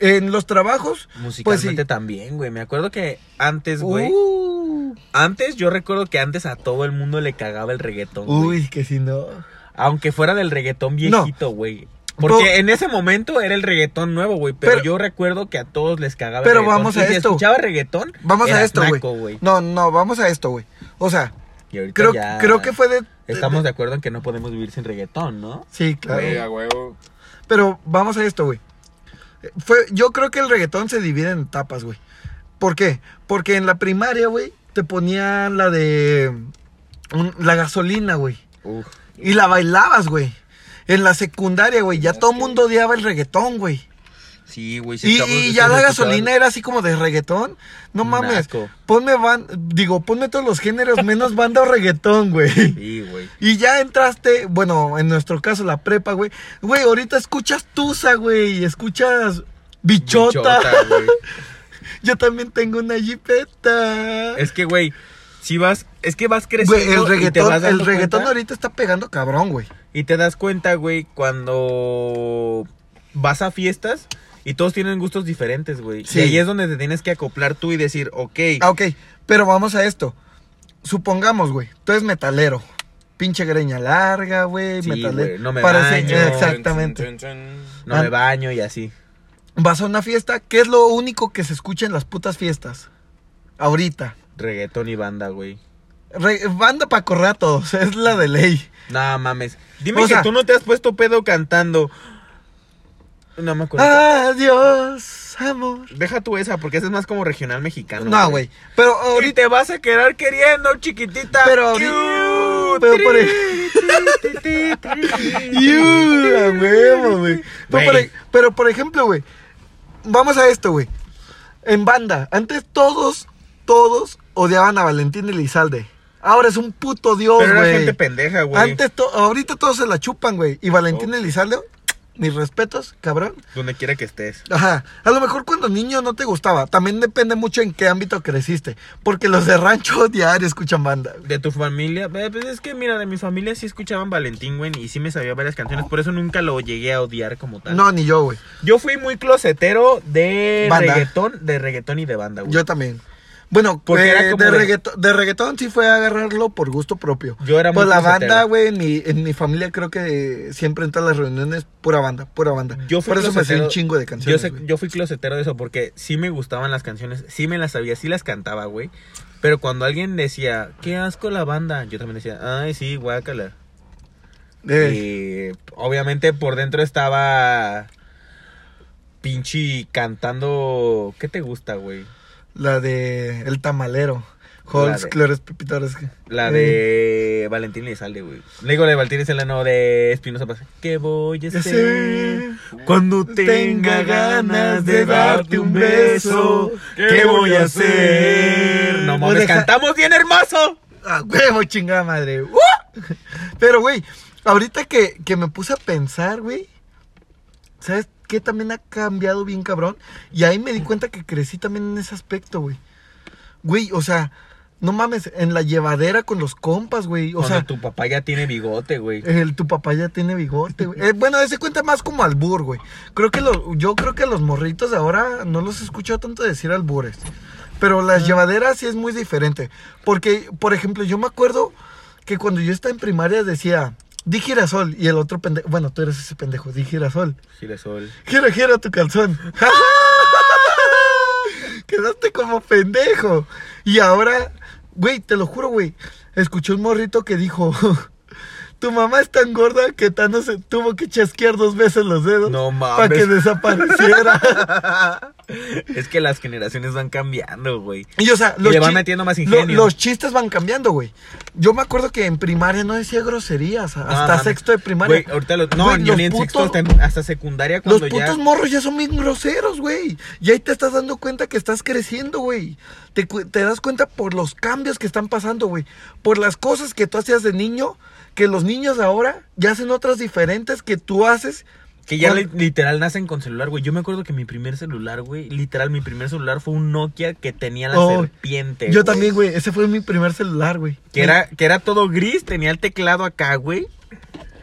En los trabajos, pues
Musicalmente
sí.
también, güey. Me acuerdo que antes, güey.
Uh,
Antes, yo recuerdo que antes a todo el mundo le cagaba el reggaetón. güey.
uy, que si no.
Aunque fuera del reggaetón
No.
viejito, güey.
Pero-
Porque en ese momento era el reggaetón nuevo, güey. Pero,
Pero-
yo recuerdo que a todos les cagaba
Pero
el reggaetón.
vamos
Y
a
si
esto.
escuchaba reggaetón,
Vamos a
eras
esto,
naco,
güey. No, no, vamos a esto, güey. O sea,
Y ahorita
creo,
ya
creo que fue de.
Estamos de acuerdo en que no podemos vivir sin reggaetón, ¿no?
Sí, claro.
Güey, a huevo.
Pero vamos a esto, güey. Fue, yo creo que el reggaetón se divide en etapas, güey. ¿Por qué? Porque en la primaria, güey, te ponían la de. un- la gasolina, güey.
Uf.
Y la bailabas, güey. En la secundaria, güey, ya todo el mundo odiaba el reggaetón, güey.
Sí, güey. si
Y,
estamos-
y ya
estamos
la
escuchando-
gasolina era así como de reggaetón. No
Un
mames.
asco.
Ponme van, digo, ponme todos los géneros menos banda o reggaetón, güey.
Sí, güey.
Y ya entraste, bueno, en nuestro caso la prepa, güey. Güey, ahorita escuchas Tusa, güey. Escuchas Bichota.
Bichota, güey.
Yo también tengo una jipeta.
Es que, güey, si vas, es que vas creciendo.
Güey, el
y te
reggaetón,
vas dando
el reggaetón
cuenta-
ahorita está pegando cabrón, güey.
Y te das cuenta, güey, cuando vas a fiestas y todos tienen gustos diferentes, güey.
Sí.
Y ahí es donde te tienes que acoplar tú y decir, ok,
Ah, ok, pero vamos a esto. Supongamos, güey, tú eres metalero. Pinche greña larga, güey.
Sí,
metalero.
güey, no me baño.
Exactamente.
Chun, chun, chun.
no me baño y así.
Vas a una fiesta, ¿qué es lo único que se escucha en las putas fiestas? Ahorita.
Reggaetón y banda, güey.
Re- banda pa' correr a todos, es la de ley.
No mames. Dime
O
que
sea-
tú no te has puesto pedo cantando. No me acuerdo.
Ah. Adiós, amor.
Deja tú esa, porque esa es más como regional mexicano.
No, güey. Pero
Ahorita
ahorita.
te vas a quedar queriendo, chiquitita.
Pero ahorita-
Cute.
pero por-
You.
Iu, a huevo, güey. Pero,
Güey.
por e- pero, por ejemplo, güey. Vamos a esto, güey. En banda. Antes todos, todos odiaban a Valentín Elizalde. Ahora es un puto dios,
Pero era
güey.
gente pendeja, güey.
Antes, to- ahorita todos se la chupan, güey. Y Valentín
Oh.
Elizalde, mis respetos, cabrón.
Donde quiera que estés.
Ajá, a lo mejor cuando niño no te gustaba, también depende mucho en qué ámbito creciste, porque los de rancho diario escuchan banda. güey.
De tu familia, eh, pues es que mira, de mi familia sí escuchaban Valentín, güey, y sí me sabía varias canciones, por eso nunca lo llegué a odiar como tal.
No, ni yo, güey.
Yo fui muy closetero de
Banda.
reggaetón, de reggaetón y de banda, güey.
Yo también. Bueno,
Porque
eh,
era como
de,
de-
reggaetón, de reggaetón sí fue a agarrarlo por gusto propio.
Yo era
Pues
muy
la
closetero.
banda, güey, en mi, en mi familia creo que siempre en todas las reuniones, pura banda, pura banda.
Yo fui
por eso me sé
closetero-
un chingo de
Yo,
canciones.
sé-
güey.
yo fui closetero de eso porque sí me gustaban las canciones, sí me las sabía, sí las cantaba, güey. Pero cuando alguien decía, qué asco la banda, yo también decía, ay, sí, guácala.
Eh,
Y obviamente por dentro estaba pinche cantando, ¿qué te gusta, güey?
La de El Tamalero. Holz,
de-
clores, pepitores. eh,
La de Valentín Elizalde, güey. Le digo la de Valentín Elizalde, no, de Espinosa Paz. ¿Qué voy a
Ya
hacer?
sé.
Cuando tenga ganas de darte un beso, ¿qué voy a hacer? No mames,
Pues deja-
cantamos bien hermoso.
A huevo, chingada madre. ¡Uh! Pero, güey, ahorita que, que me puse a pensar, güey, ¿sabes qué también ha cambiado bien cabrón? Y ahí me di cuenta que crecí también en ese aspecto, güey. Güey, o sea, no mames, en la llevadera con los compas, güey. O
O sea,
sea,
tu papá ya tiene bigote, güey.
Eh, el, tu papá ya tiene bigote, güey. Eh, bueno, ese cuenta más como albur, güey. Creo que lo- yo creo que los morritos de ahora no los escucho tanto decir albures. Pero las llevaderas sí es muy diferente. Porque, por ejemplo, yo me acuerdo que cuando yo estaba en primaria decía, di girasol. Y el otro pendejo, bueno, tú eres ese pendejo, di girasol.
Girasol.
Gira, gira tu calzón.
¡Ah!
Quedaste como pendejo. Y ahora, güey, te lo juro, güey. Escuché un morrito que dijo: Tu mamá es tan gorda que Thanos se tuvo que chasquear dos veces los dedos.
No mames.
Para que desapareciera.
Es que las generaciones van cambiando, güey.
y o sea,
Y
los,
le van
chi-
metiendo más ingenio.
los chistes van cambiando, güey. Yo me acuerdo que en primaria no decía groserías.
No,
Hasta
mames.
sexto de primaria.
Güey, ahorita los, no,
Güey,
yo
los
ni en sexto,
putos-
hasta, en- hasta secundaria
Los
cuando
putos
ya.
morros ya son bien groseros, güey. Y ahí te estás dando cuenta que estás creciendo, güey. Te, cu- te das cuenta por los cambios que están pasando, güey. Por las cosas que tú hacías de niño, que los niños ahora ya hacen otras diferentes que tú haces.
Que ya
Cuan-
li- literal nacen con celular, güey. Yo me acuerdo que mi primer celular, güey, literal, mi primer celular fue un Nokia que tenía la
Oh,
serpiente.
Yo
güey.
también, güey. Ese fue mi primer celular, güey.
Que era, que era todo gris, tenía el teclado acá, güey.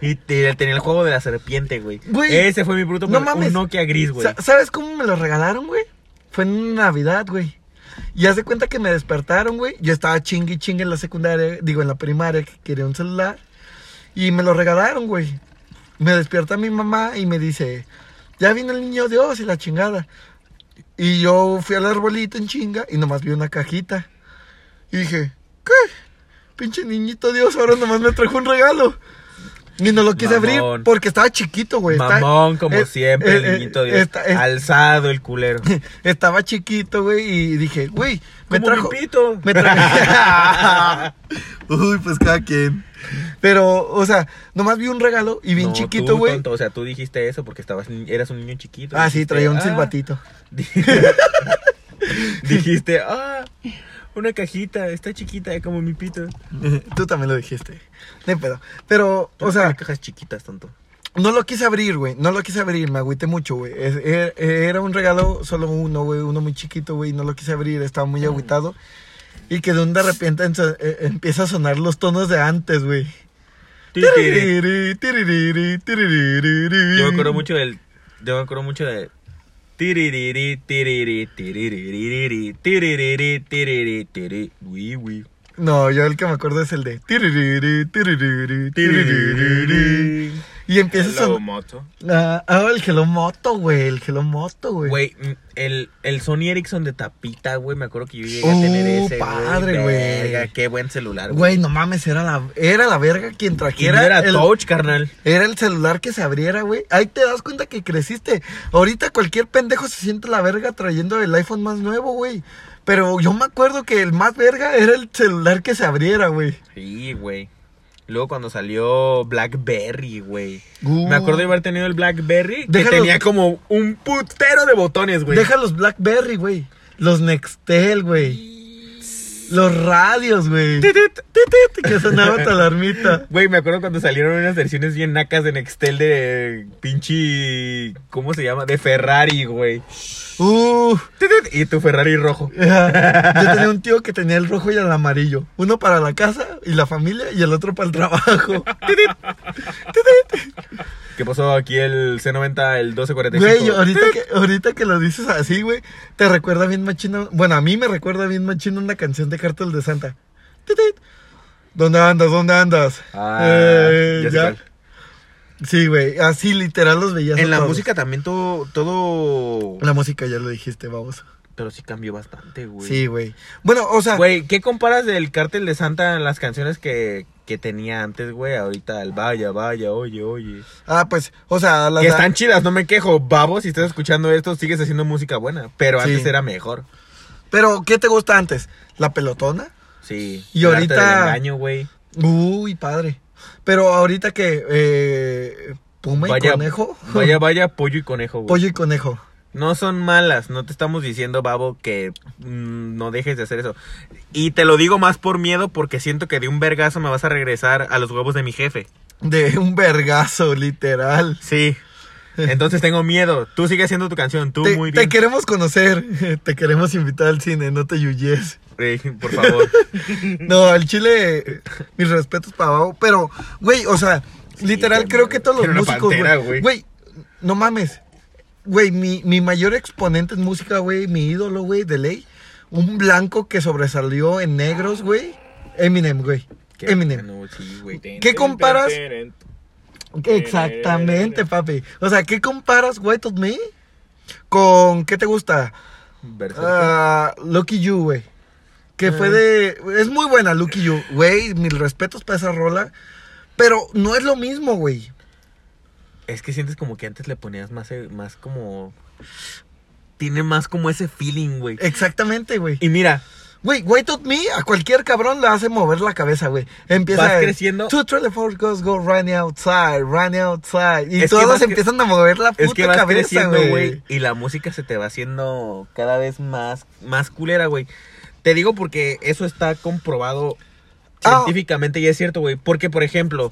Y te- tenía el juego de la serpiente, güey.
Güey,
Ese fue mi bruto
no
primer-
mames.
un Nokia gris, güey.
Sa- ¿Sabes cómo me lo regalaron, güey? Fue en Navidad, güey. Y hace cuenta que me despertaron, güey. Yo estaba chingue y chingue en la secundaria, digo, en la primaria, que quería un celular. Y me lo regalaron, güey. Me despierta mi mamá y me dice, ya vino el niño Dios y la chingada. Y yo fui al arbolito en chinga y nomás vi una cajita. Y dije, ¿qué? Pinche niñito Dios, ahora nomás me trajo un regalo. Y no lo quise
Mamón.
abrir porque estaba chiquito, güey. pues, Está-
Mamón, como
eh,
siempre,
eh,
el
eh,
niñito Dios.
está- es-
Alzado el culero.
estaba chiquito, güey, y dije, güey, me
Como mi
trajo.
pito.
Me trajo. Uy, pues cada quien. Pero, o sea, nomás vi un regalo y bien
No,
chiquito,
tú,
güey.
tonto, O sea, tú dijiste eso porque estabas, ni- eras un niño chiquito.
Ah, sí,
Dijiste,
traía un
"Ah".
silbatito.
dijiste, ah, una cajita, está chiquita, como mi pito.
Tú también lo dijiste. No pero, pero, o sea,
cajas chiquitas, tonto.
no lo quise abrir, güey. No lo quise abrir, me agüité mucho, güey. Es- er- Era un regalo, solo uno, güey. Uno muy chiquito, güey. No lo quise abrir, estaba muy agüitado. Y que de un de repente enso- eh, empieza a sonar los tonos de antes, güey.
Yo
Yo
me acuerdo
Mm.
mucho del. Yo me acuerdo mucho de. Tiriri, tiriri, tiriri, tiriri, tiriri, tiriri, uy, uy.
No, yo el que me acuerdo es el de. tiririri, tiririri, tiririri.
Tiriri.
Y empieza a
El Lago
sonar.
Moto.
Ah, ah, el Hello Moto, güey. El Hello Moto, güey.
Güey, mm, el, el Sony Ericsson de tapita, güey, me acuerdo que yo llegué a tener
Uh,
ese.
padre, güey.
Verga, Qué buen celular,
Güey, no mames, era la, era la verga quien
Y
trajera.
no era
el,
touch, carnal.
era el celular que se abriera, güey. Ahí te das cuenta que creciste. Ahorita cualquier pendejo se siente la verga trayendo el iPhone más nuevo, güey. Pero yo me acuerdo que el más verga era el celular que se abriera, güey.
Sí, güey. Luego cuando salió Blackberry, güey.
Uh.
Me acuerdo de haber tenido el Blackberry que
Déjalo-
tenía como un putero de botones, güey.
Deja los Blackberry, güey. Los Nextel, güey. Los radios, güey.
Titit, titit.
Que sonaba tu alarmita.
Güey, me acuerdo cuando salieron unas versiones bien nacas de Nextel de pinche ¿cómo se llama? de Ferrari, güey.
Uh.
Titit, Y tu Ferrari rojo.
Yo tenía un tío que tenía el rojo y el amarillo. Uno para la casa y la familia y el otro para el trabajo.
¿Qué pasó aquí el C90 el 1245?
Güey, ahorita que, ahorita que lo dices así, güey, te recuerda bien machino. Bueno, a mí me recuerda bien machino una canción de Cartel de Santa. ¿Dónde andas? ¿Dónde andas?
Ah,
Eh,
ya sé cuál.
Sí, güey, así literal los veías. a
En la
todos.
música también todo todo
La música ya lo dijiste, vamos.
pero sí cambió bastante, güey.
Sí, güey. Bueno, o sea,
Güey, ¿qué comparas del cártel de Santa en las canciones que, que tenía antes, güey? Ahorita el vaya, vaya, oye, oye.
ah, pues, o sea, las
Que están chidas, no me quejo. Babo, si estás escuchando esto, sigues haciendo música buena. Pero antes
Sí.
era mejor.
Pero ¿qué te gusta antes? ¿La pelotona?
Sí.
Y
el arte
ahorita-
del engaño, güey.
Uy, padre. Pero ahorita que eh, Puma y
Vaya-
Conejo.
Vaya, vaya, pollo y conejo, güey.
Pollo y Conejo.
No son malas, no te estamos diciendo, babo, que mm, no dejes de hacer eso. Y te lo digo más por miedo porque siento que de un vergazo me vas a regresar a los huevos de mi jefe.
De un vergazo, literal.
Sí. Entonces tengo miedo. Tú sigue haciendo tu canción, tú
Te,
muy
te
bien.
queremos conocer, te queremos invitar al cine, no te yuyes.
Eh, por favor.
No, al chile, eh, mis respetos para Babo, pero, güey, o sea, literal,
qué
creo
madre.
que todos los
Era una
músicos,
pantera,
güey,
güey.
güey, no mames, güey, mi, mi mayor exponente en música, güey, mi ídolo, güey, de ley, un blanco que sobresalió en negros, güey, Eminem, güey,
Qué
Eminem.
bueno, sí, güey.
¿Qué comparas? Exactamente, papi, o sea, ¿qué comparas White on Me con, qué te gusta?
Versace.
Ah, Lucky You, güey. Que
Ah.
fue de. Es muy buena, Lucky You. Güey, mis respetos para esa rola. Pero no es lo mismo, güey.
Es que sientes como que antes le ponías más, eh, más como... Tiene más como ese feeling, güey.
Eh. Exactamente, güey.
Y mira,
Güey, Wait on Me a cualquier cabrón le hace mover la cabeza, güey. Empieza.
Vas
el,
creciendo.
Two, three, four, girls go running outside, running outside. Y
Es que
todos
vas cre-
empiezan a mover la puta
es que vas
cabeza,
creciendo, güey,
güey.
y la música se te va haciendo cada vez más, más culera, güey. Te digo porque eso está comprobado
Ah.
científicamente y es cierto, güey. Porque, por ejemplo,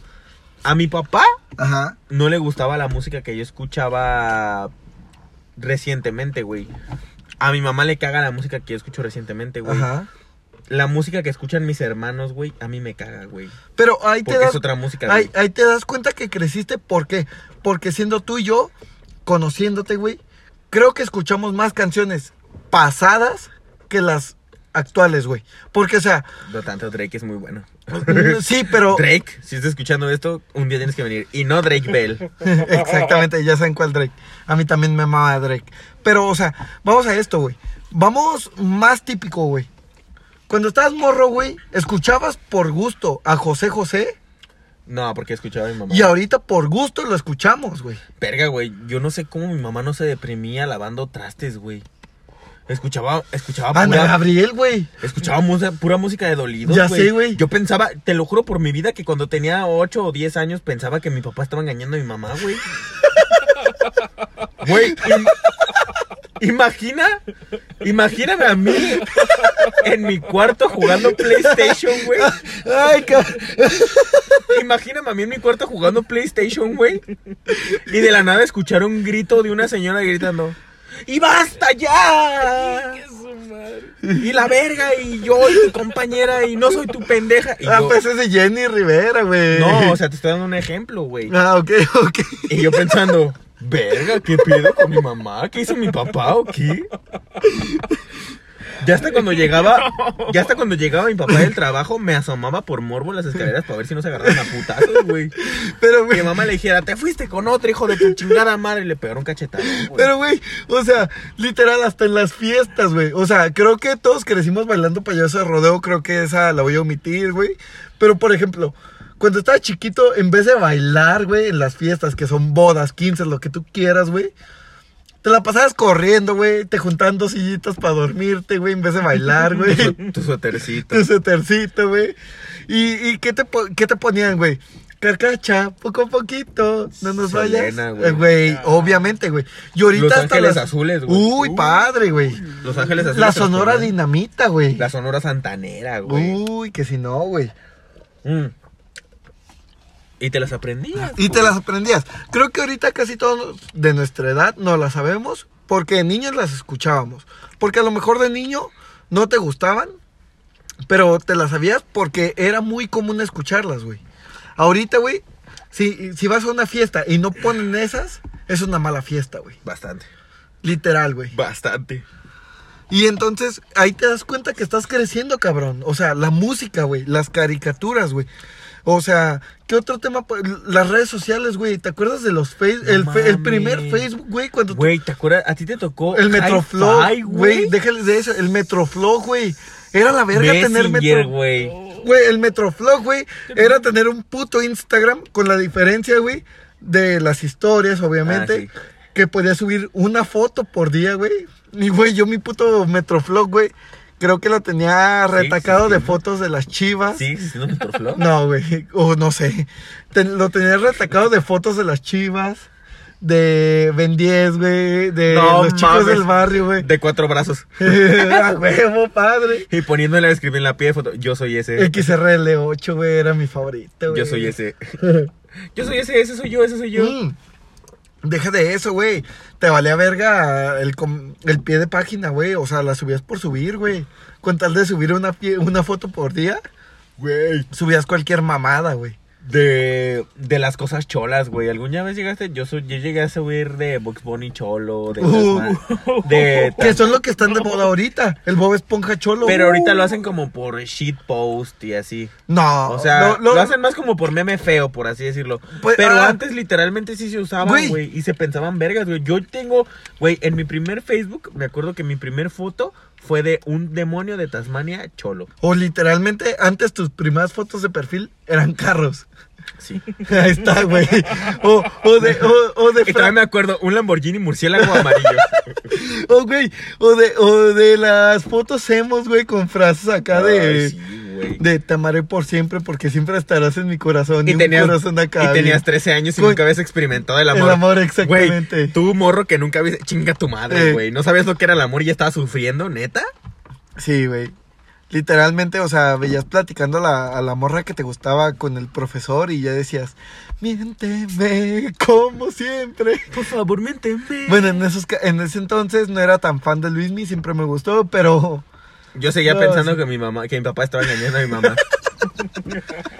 a mi papá
Ajá.
no le gustaba la música que yo escuchaba recientemente, güey. A mi mamá le caga la música que yo escucho recientemente, güey.
Ajá.
La música que escuchan mis hermanos, güey, a mí me caga, güey.
Pero ahí te
Porque
das
es otra música,
Ahí,
güey.
ahí te das cuenta que creciste, ¿por qué? Porque siendo tú y yo, conociéndote, güey, creo que escuchamos más canciones pasadas que las actuales, güey. Porque, o sea,
No tanto, Drake es muy bueno.
mm, sí, pero...
Drake, si estás escuchando esto, un día tienes que venir. Y no Drake Bell.
Exactamente, ya saben cuál Drake. A mí también me amaba Drake. Pero, o sea, vamos a esto, güey. Vamos más típico, güey. Cuando estabas morro, güey, escuchabas por gusto a José José
No, porque escuchaba a mi mamá.
y ahorita por gusto lo escuchamos, güey.
Verga, güey. Yo no sé cómo mi mamá no se deprimía lavando trastes, güey. Escuchaba, escuchaba
Ana
pura,
Gabriel, güey.
escuchaba musa- pura música de dolidos,
Ya sé, güey.
Yo pensaba, te lo juro por mi vida, que cuando tenía 8 o 10 años pensaba que mi papá estaba engañando a mi mamá, güey. Güey, im- imagina, imagíname a mí en mi cuarto jugando PlayStation, güey.
Ay, cabrón.
Imagíname a mí en mi cuarto jugando PlayStation, güey. Y de la nada escuchar un grito de una señora gritando. ¡Y basta ya! Y la verga, y yo, y tu compañera, y no soy tu pendeja. Y
Ah,
yo-
pues es de Jenny Rivera, güey.
no, o sea, te estoy dando un ejemplo, güey.
Ah, ok, ok.
Y yo pensando, verga, ¿qué pedo con mi mamá? ¿Qué hizo mi papá o qué? Ya hasta cuando llegaba, ya hasta cuando llegaba mi papá del trabajo, me asomaba por morbo en las escaleras para ver si no se agarraban a putazos, güey.
Pero,
Que
güey,
mi mamá le dijera, te fuiste con otro hijo de tu chingada madre. Y le pegaron cachetado.
pero, güey, o sea, literal, hasta en las fiestas, güey. O sea, creo que todos crecimos bailando payaso de rodeo, creo que esa la voy a omitir, güey. Pero, por ejemplo, cuando estaba chiquito, en vez de bailar, güey, en las fiestas, que son bodas, 15, lo que tú quieras, güey. Te la pasabas corriendo, güey, te juntaban dos sillitas para dormirte, güey, en vez de bailar, güey.
Tu suétercito.
Tu suétercito, güey. ¿Y, y qué, te, po- qué te ponían, güey? Carcacha, poco a poquito, no nos vayas.
Selena, güey. Ah.
Eh, Güey, obviamente, güey. Y ahorita
Los
hasta
Ángeles
las-
Azules, güey.
Uy,
Uy.
padre, güey.
Los Ángeles Azules
La
se los
Sonora Uh.
ponían.
Dinamita, güey.
La Sonora Santanera, güey.
Uy, que si no, güey.
Mm. Y te las aprendías.
Y te las aprendías. Creo que ahorita casi todos de nuestra edad no las sabemos porque de niños las escuchábamos. Porque a lo mejor de niño no te gustaban, pero te las sabías porque era muy común escucharlas, güey. Ahorita, güey, si, si vas a una fiesta y no ponen esas, es una mala fiesta, güey.
Bastante.
Literal, güey.
Bastante.
Y entonces ahí te das cuenta que estás creciendo, cabrón. O sea, la música, güey, las caricaturas, güey. O sea, ¿qué otro tema? po- Las redes sociales, güey. ¿Te acuerdas de los Facebook?
No
el, fe- el
mames.
primer Facebook, güey, cuando...
Güey, ¿te acuerdas? A ti te tocó.
el
Hi-Fi,
Metroflow, güey. Déjales de eso. El Metroflow, güey. Era la verga tener
Messenger,
Metro... Oh.
güey.
Güey, el Metroflog, güey, era tener un puto Instagram con la diferencia, güey, de las historias, obviamente,
Ah, sí.
que podía subir una foto por día, güey. Y, güey, yo mi puto Metroflog, güey, Creo que lo tenía retacado de
existiendo.
fotos de las chivas.
¿Sigue existiendo Mr. Flow?
No, güey. O no sé. Te- lo tenía retacado de fotos de las chivas. De Ben 10, güey. De
No
los chicos
mames.
del barrio, güey.
De cuatro brazos.
A huevo, padre.
Y poniéndole a escribir en la piel de foto. Yo soy ese.
XRL8, güey, era mi favorito, güey.
Yo soy ese. Yo soy ese, ese soy yo, ese soy yo.
Mm. Deja de eso, güey. Te valía verga el, com- el pie de página, güey. O sea, la subías por subir, güey. Con tal de subir una, pie- una foto por día,
Güey.
subías cualquier mamada, güey.
De, de las cosas cholas, güey. ¿Alguna vez llegaste? Yo, soy, yo llegué a subir de Box Bunny Cholo, de...
Uh.
Tasman- de
Que son lo que están de moda ahorita. El Bob Esponja Cholo.
pero ahorita lo hacen como por shit post y así.
uh. No.
O sea,
lo- lo-
lo hacen más como por meme feo, por así decirlo.
Pues,
Pero
ah.
antes literalmente sí se usaban,
Güey.
güey. Y se pensaban vergas, güey. Yo tengo, güey, en mi primer Facebook, me acuerdo que mi primer foto fue de un demonio de Tasmania cholo.
O literalmente, antes tus primeras fotos de perfil eran carros.
Sí.
Ahí está, güey. O, o de. O, o de
Y todavía me acuerdo, un Lamborghini murciélago amarillo.
O, güey, o de, o de las fotos hemos, güey, con frases acá de,
Ay, sí, güey.
de te amaré por siempre porque siempre estarás en mi corazón. Y,
Y tenías,
un corazón acá.
y tenías
güey.
13 años y
Güey,
nunca habías experimentado el
el
amor.
amor, exactamente.
Güey, tú, morro, que nunca habías... Chinga tu
Eh.
madre, güey. ¿No sabías lo que era el amor y ya estabas sufriendo, neta?
Sí, güey. Literalmente, o sea, veías platicando a la, a la morra que te gustaba con el profesor y ya decías, miénteme como siempre.
Por favor, miénteme.
Bueno, en, esos, ca- en ese entonces no era tan fan de Luismi, siempre me gustó, pero...
Yo seguía
No,
pensando
sí.
que mi mamá, que mi papá estaba engañando a mi mamá.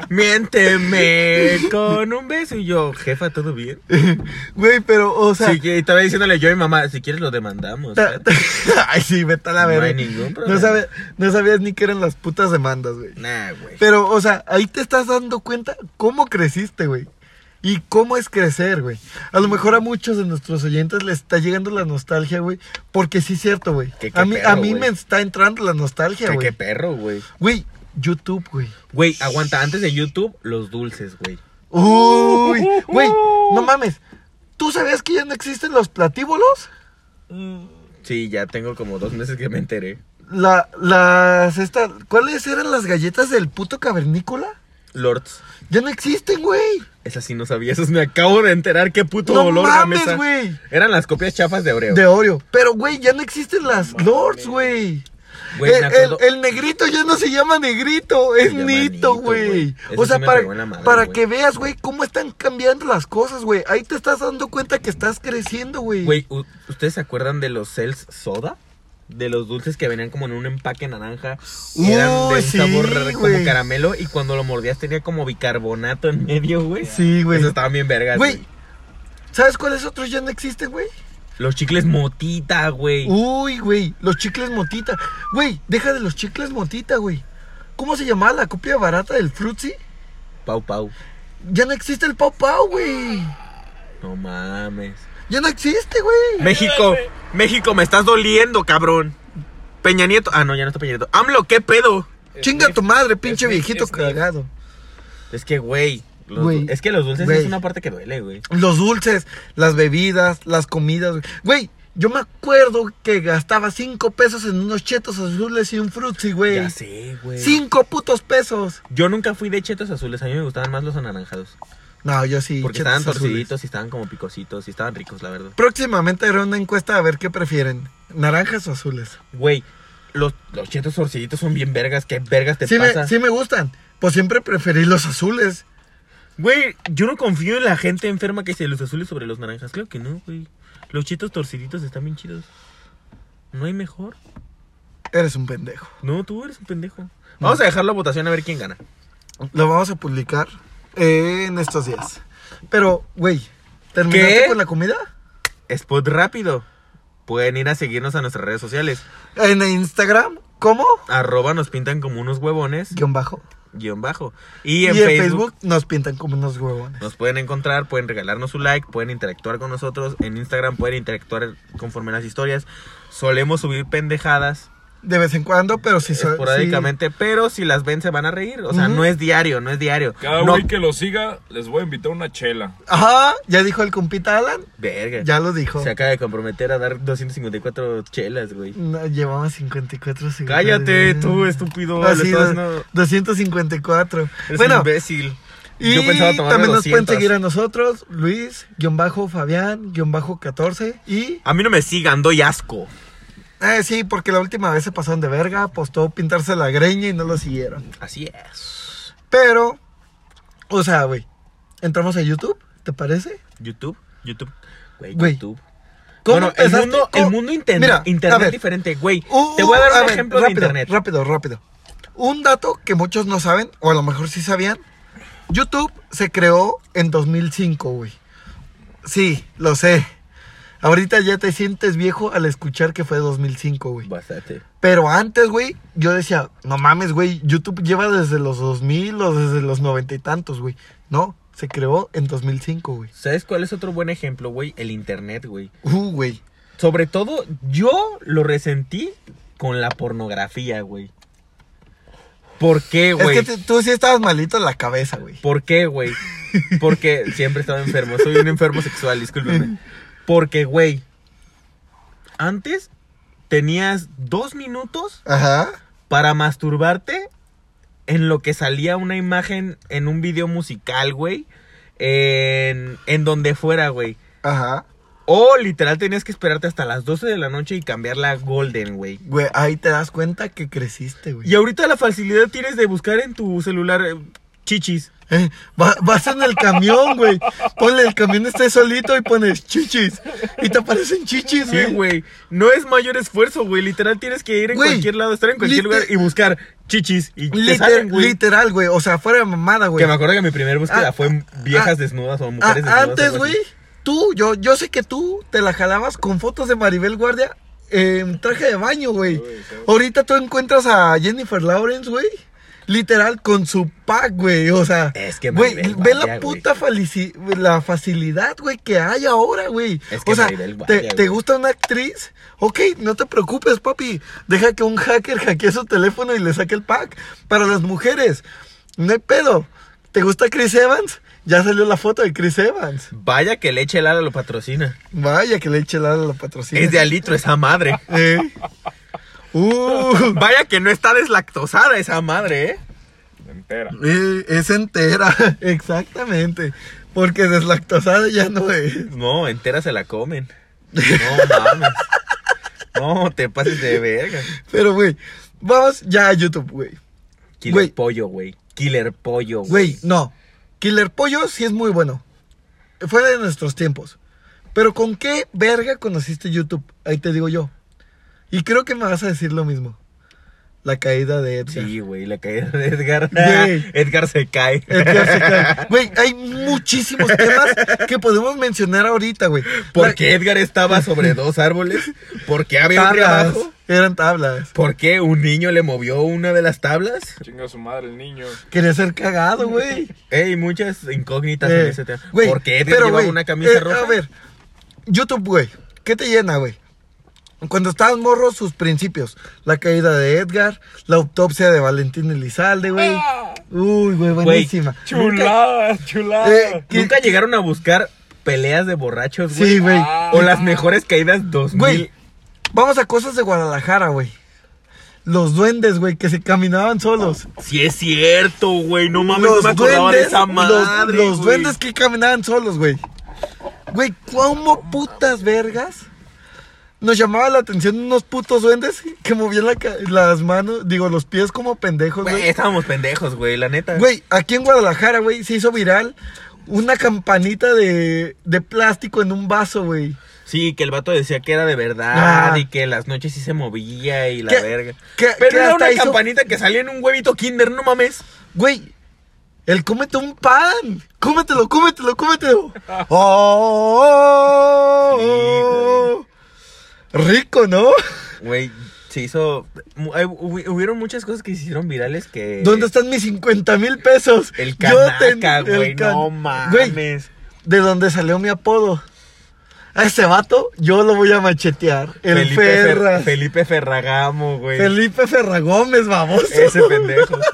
Miénteme con un beso y yo, jefa, ¿todo bien?
Güey, pero, o sea...
sí, que estaba diciéndole yo a mi mamá, si quieres lo demandamos.
ta-
¿eh?
ta- Ay, sí, vete a la
No hay
verga.
ningún
No,
problema.
sabe- no sabías ni que eran las putas demandas, güey.
Nah, güey.
Pero, o sea, ahí te estás dando cuenta cómo creciste, güey. Y cómo es crecer, güey. A lo mejor a muchos de nuestros oyentes les está llegando la nostalgia, güey. Porque sí es cierto, güey.
Que qué
A mí, a
perro,
mí
güey.
me está entrando la nostalgia,
Que-
güey.
Qué perro, güey.
Güey, YouTube, güey.
Güey, aguanta, antes de YouTube, los dulces, güey.
Uy, güey, no mames. ¿Tú sabías que ya no existen los platíbolos?
Sí, ya tengo como dos meses que me enteré.
La, las, estas, ¿cuáles eran las galletas del puto cavernícola?
Lords,
Ya no existen, güey.
esa sí no sabía, esas me acabo de enterar, qué puto
No
dolor
mames,
de mesa.
güey.
Eran las copias chafas de Oreo.
De Oreo. Pero, güey, ya no existen las Lords, güey.
Güey, me
el,
acuerdo-
el- el negrito ya no se llama negrito, es
llama
nito,
Nito, güey.
güey.
Eso
O sea,
sí me
para,
pegó en la madre,
para
güey.
que veas, güey, cómo están cambiando las cosas, güey. Ahí te estás dando cuenta que estás creciendo, güey.
Güey, ¿u- ¿ustedes se acuerdan de los Cells Soda? De los dulces que venían como en un empaque naranja. y eran de
Uy,
un
sí,
sabor re-
güey.
como caramelo. Y cuando lo mordías tenía como bicarbonato en medio, güey.
Sí, güey.
Esos estaban bien vergas,
Güey,
güey.
¿sabes cuáles otros ya no existen, güey?
Los chicles motita, güey.
Uy, güey, los chicles motita. Güey, deja de los chicles motita, güey. ¿Cómo se llamaba la copia barata del Fruitsy?
Pau, pau.
Ya no existe el Pau Pau, güey.
No mames.
Ya no existe, güey.
México, México, me estás doliendo, cabrón. Peña Nieto. Ah, no, ya no está Peña Nieto. AMLO, ¿qué pedo?
Chinga tu madre, pinche
Sniff,
viejito
Sniff.
cagado.
Es que, güey. los
Güey,
du- Es que los dulces
güey.
es una parte que duele, güey.
Los dulces, las bebidas, las comidas. güey. Güey, yo me acuerdo que gastaba cinco pesos en unos chetos azules y un frutzi, güey.
Ya sé, güey.
Cinco putos pesos.
Yo nunca fui de chetos azules. A mí me gustaban más los anaranjados.
No, yo sí.
Porque
chetos
estaban
azules.
torciditos y estaban como picositos y estaban ricos, la verdad.
Próximamente haré una encuesta a ver qué prefieren. ¿Naranjas o azules?
Güey, los, los chetos torciditos son bien vergas. ¿Qué vergas te
Sí me,
pasa?
sí me gustan. Pues siempre preferí los azules.
Güey, yo no confío en la gente enferma que dice los azules sobre los naranjas. Creo que no, güey. Los chetos torciditos están bien chidos. No hay mejor.
Eres un pendejo.
No, tú eres un pendejo. Vamos a dejar la votación a ver quién gana.
Lo vamos a publicar eh, en estos días. Pero, güey, ¿terminaste
¿Qué?
con la comida?
Spot rápido. Pueden ir a seguirnos a nuestras redes sociales.
En Instagram, ¿cómo?
Arroba nos pintan como unos huevones,
Guión bajo.
guión bajo. Y
Y
en,
en,
Facebook
Facebook nos pintan como unos huevones.
Nos pueden encontrar, pueden regalarnos su like, pueden interactuar con nosotros. En Instagram pueden interactuar conforme las historias. Solemos subir pendejadas
de vez en cuando, pero sí soy.
esporádicamente, pero si las ven se van a reír. O sea,
Ujú.
no es diario, no es diario.
Cada
no,
güey que lo siga, les voy a invitar una chela.
sí. Ajá, ya dijo el compita Alan.
Verga.
Ya lo dijo.
Se acaba de comprometer a dar 254 chelas, güey.
No, llevamos 54 segundos.
Cállate, tú, estúpido.
Ah,
le
sí,
estás-
do-
no,
254.
eres un
bueno,
imbécil.
y
Yo pensaba tomarme
también nos pueden
200.
seguir a nosotros, Luis-Fabián-14 y...
A mí no me sigan, doy asco.
Eh, sí, porque la última vez se pasaron de verga, postó pintarse la greña y no lo siguieron.
Así es.
Pero, o sea, güey, entramos a YouTube, ¿te parece?
YouTube, YouTube. Güey,
Güey,
YouTube.
¿Cómo
bueno, el
empezaste?
mundo,
¿Cómo?
el mundo inter-
Mira, a
internet
ver,
es diferente, güey.
Uh,
Te voy a dar
uh,
un
ver,
ejemplo
rápido,
de internet.
Rápido, rápido. Un dato que muchos no saben, o a lo mejor sí sabían. YouTube se creó en 2005, güey. Sí, lo sé. Ahorita ya te sientes viejo al escuchar que fue 2005, güey.
Bastante.
Pero antes, güey, yo decía, no mames, güey, YouTube lleva desde los 2000 o desde los 90 y tantos, güey. No, se creó en 2005, güey.
¿Sabes cuál es otro buen ejemplo, güey? El internet, güey.
Uh, güey.
Sobre todo, yo lo resentí con la pornografía, güey. ¿Por qué,
Es
güey?
que te- tú sí estabas malito en la cabeza, güey.
¿Por qué, güey? Porque siempre estaba enfermo. Soy un enfermo sexual, discúlpeme. Porque, güey, antes tenías dos minutos
Ajá.
para masturbarte en lo que salía una imagen en un video musical, güey. En, en donde fuera, güey.
Ajá.
O literal tenías que esperarte hasta las 12 de la noche y cambiarla a Golden, güey.
Güey, ahí te das cuenta que creciste, güey.
Y ahorita la facilidad tienes de buscar en tu celular eh, chichis.
Eh, va- vas en el camión, güey. Ponle el camión esté solito y pones chichis. Y te aparecen chichis,
Sí,
güey.
güey. No es mayor esfuerzo, güey. Literal tienes que ir en
Güey,
cualquier lado, estar en cualquier
liter-
lugar y buscar chichis. Y te
Liter-
salen, güey.
literal, güey. O sea, fuera de mamada, güey.
Que me acuerdo que mi primer búsqueda
Ah,
fue viejas
ah,
desnudas o
Ah,
mujeres desnudas.
antes,
algo así.
güey, tú, yo, yo sé que tú te la jalabas con fotos de Maribel Guardia en traje de baño, güey. Ahorita tú encuentras a Jennifer Lawrence, güey. Literal, con su pack, güey. O sea,
Es que
güey,
Maribel
ve
Guardia,
la puta falici- la facilidad, güey, que hay ahora, güey.
Es que
o sea,
Maribel
te,
Guardia,
te
güey.
gusta una actriz? Ok, no te preocupes, papi. Deja que un hacker hackee su teléfono y le saque el pack. Para las mujeres, no hay pedo. ¿Te gusta Chris Evans? Ya salió la foto de Chris Evans.
Vaya que Leche Lara lo patrocina.
Vaya que le eche la la patrocina.
Es de alitro esa madre.
Eh. Uh,
Vaya que no está deslactosada esa madre, ¿eh?
Entera.
eh, es entera, exactamente. Porque deslactosada ya no es.
No, entera se la comen. No mames. No, te pases de verga.
Pero, güey, vamos ya a YouTube, güey.
Killer
Güey.
pollo, güey. Killer pollo,
Güey, no. Killer Pollo sí es muy bueno. Fuera de nuestros tiempos. Pero ¿con qué verga conociste YouTube? Ahí te digo yo. Y creo que me vas a decir lo mismo. La caída de Edgar.
Sí, güey, la caída de Edgar.
Güey.
Edgar se cae.
Edgar se cae. Güey, hay muchísimos temas que podemos mencionar ahorita, güey. La-
¿Por qué Edgar estaba sobre dos árboles? ¿Por qué había un río
Tablas.
abajo?
Eran tablas.
¿Por qué un niño le movió una de las tablas?
Chinga su madre el niño.
Quería ser cagado, güey.
Ey, muchas incógnitas en
Eh,
ese tema.
güey,
¿Por qué Edgar llevaba
güey,
una camisa
eh,
roja?
A ver, YouTube, güey, ¿qué te llena, güey? Cuando estaban morros, sus principios. La caída de Edgar, la autopsia de Valentín Elizalde, güey. Uy, güey, buenísima.
Chulada, chulada.
Eh, ¿qué-
Ah, ¿Nunca llegaron a buscar peleas de borrachos, güey?
Sí, güey.
Ah.
O las mejores caídas 2000.
Güey, vamos a cosas de Guadalajara, güey. Los duendes, güey, que se caminaban solos.
Sí es cierto, güey. No mames, no me acordaba de esa
los,
madre.
los
güey.
duendes que caminaban solos, güey. Güey, ¿cómo putas vergas? Nos llamaba la atención unos putos duendes que movían la ca- las manos, digo, los pies como pendejos,
Güey,
güey.
estábamos pendejos, güey, la neta.
Güey, aquí en Guadalajara, güey, se hizo viral una campanita de, de plástico en un vaso, güey.
Sí, que el vato decía que era de verdad
Ah.
y que las noches sí se movía y la
¿Qué-
verga.
qué-
Pero
qué
era
hasta
una
hizo-
campanita que salía en un huevito kinder, no mames.
Güey, el cómete un pan. Cómetelo, cómetelo, cómetelo. Oh, oh, oh. Rico, ¿no?
Güey, se hizo... mu- hay- hubi- Hubieron muchas cosas que se hicieron virales que...
¿Dónde están mis 50 mil pesos?
El
Yo ten-
canaca,
el
güey,
can-
no
Güey,
mames.
de donde salió mi apodo. A ese vato yo lo voy a machetear. El
Felipe, Fer-
Ferras.
Felipe Ferragamo, güey.
Felipe Ferragómez, baboso.
Ese pendejo.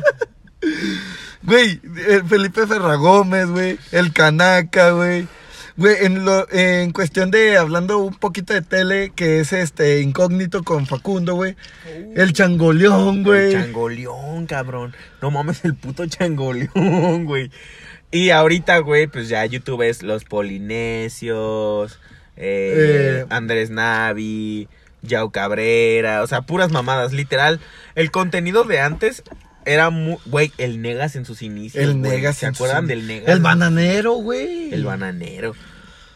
Güey, el Felipe Ferragómez, güey. El Canaca, güey. Güey, en, lo- en cuestión de hablando un poquito de tele, que es este incógnito con Facundo, güey. El Changoleón,
El
güey.
changoleón, cabrón. No mames, el puto changoleón, güey. Y ahorita, güey, pues ya YouTube es Los Polinesios, eh,
Eh.
Andrés Navi, Yao Cabrera, o sea, puras mamadas, literal. El contenido de antes era muy... Güey, el Negas en sus inicios.
El
güey.
Negas.
¿Se
en su-
acuerdan del Negas?
El bananero, güey.
El bananero.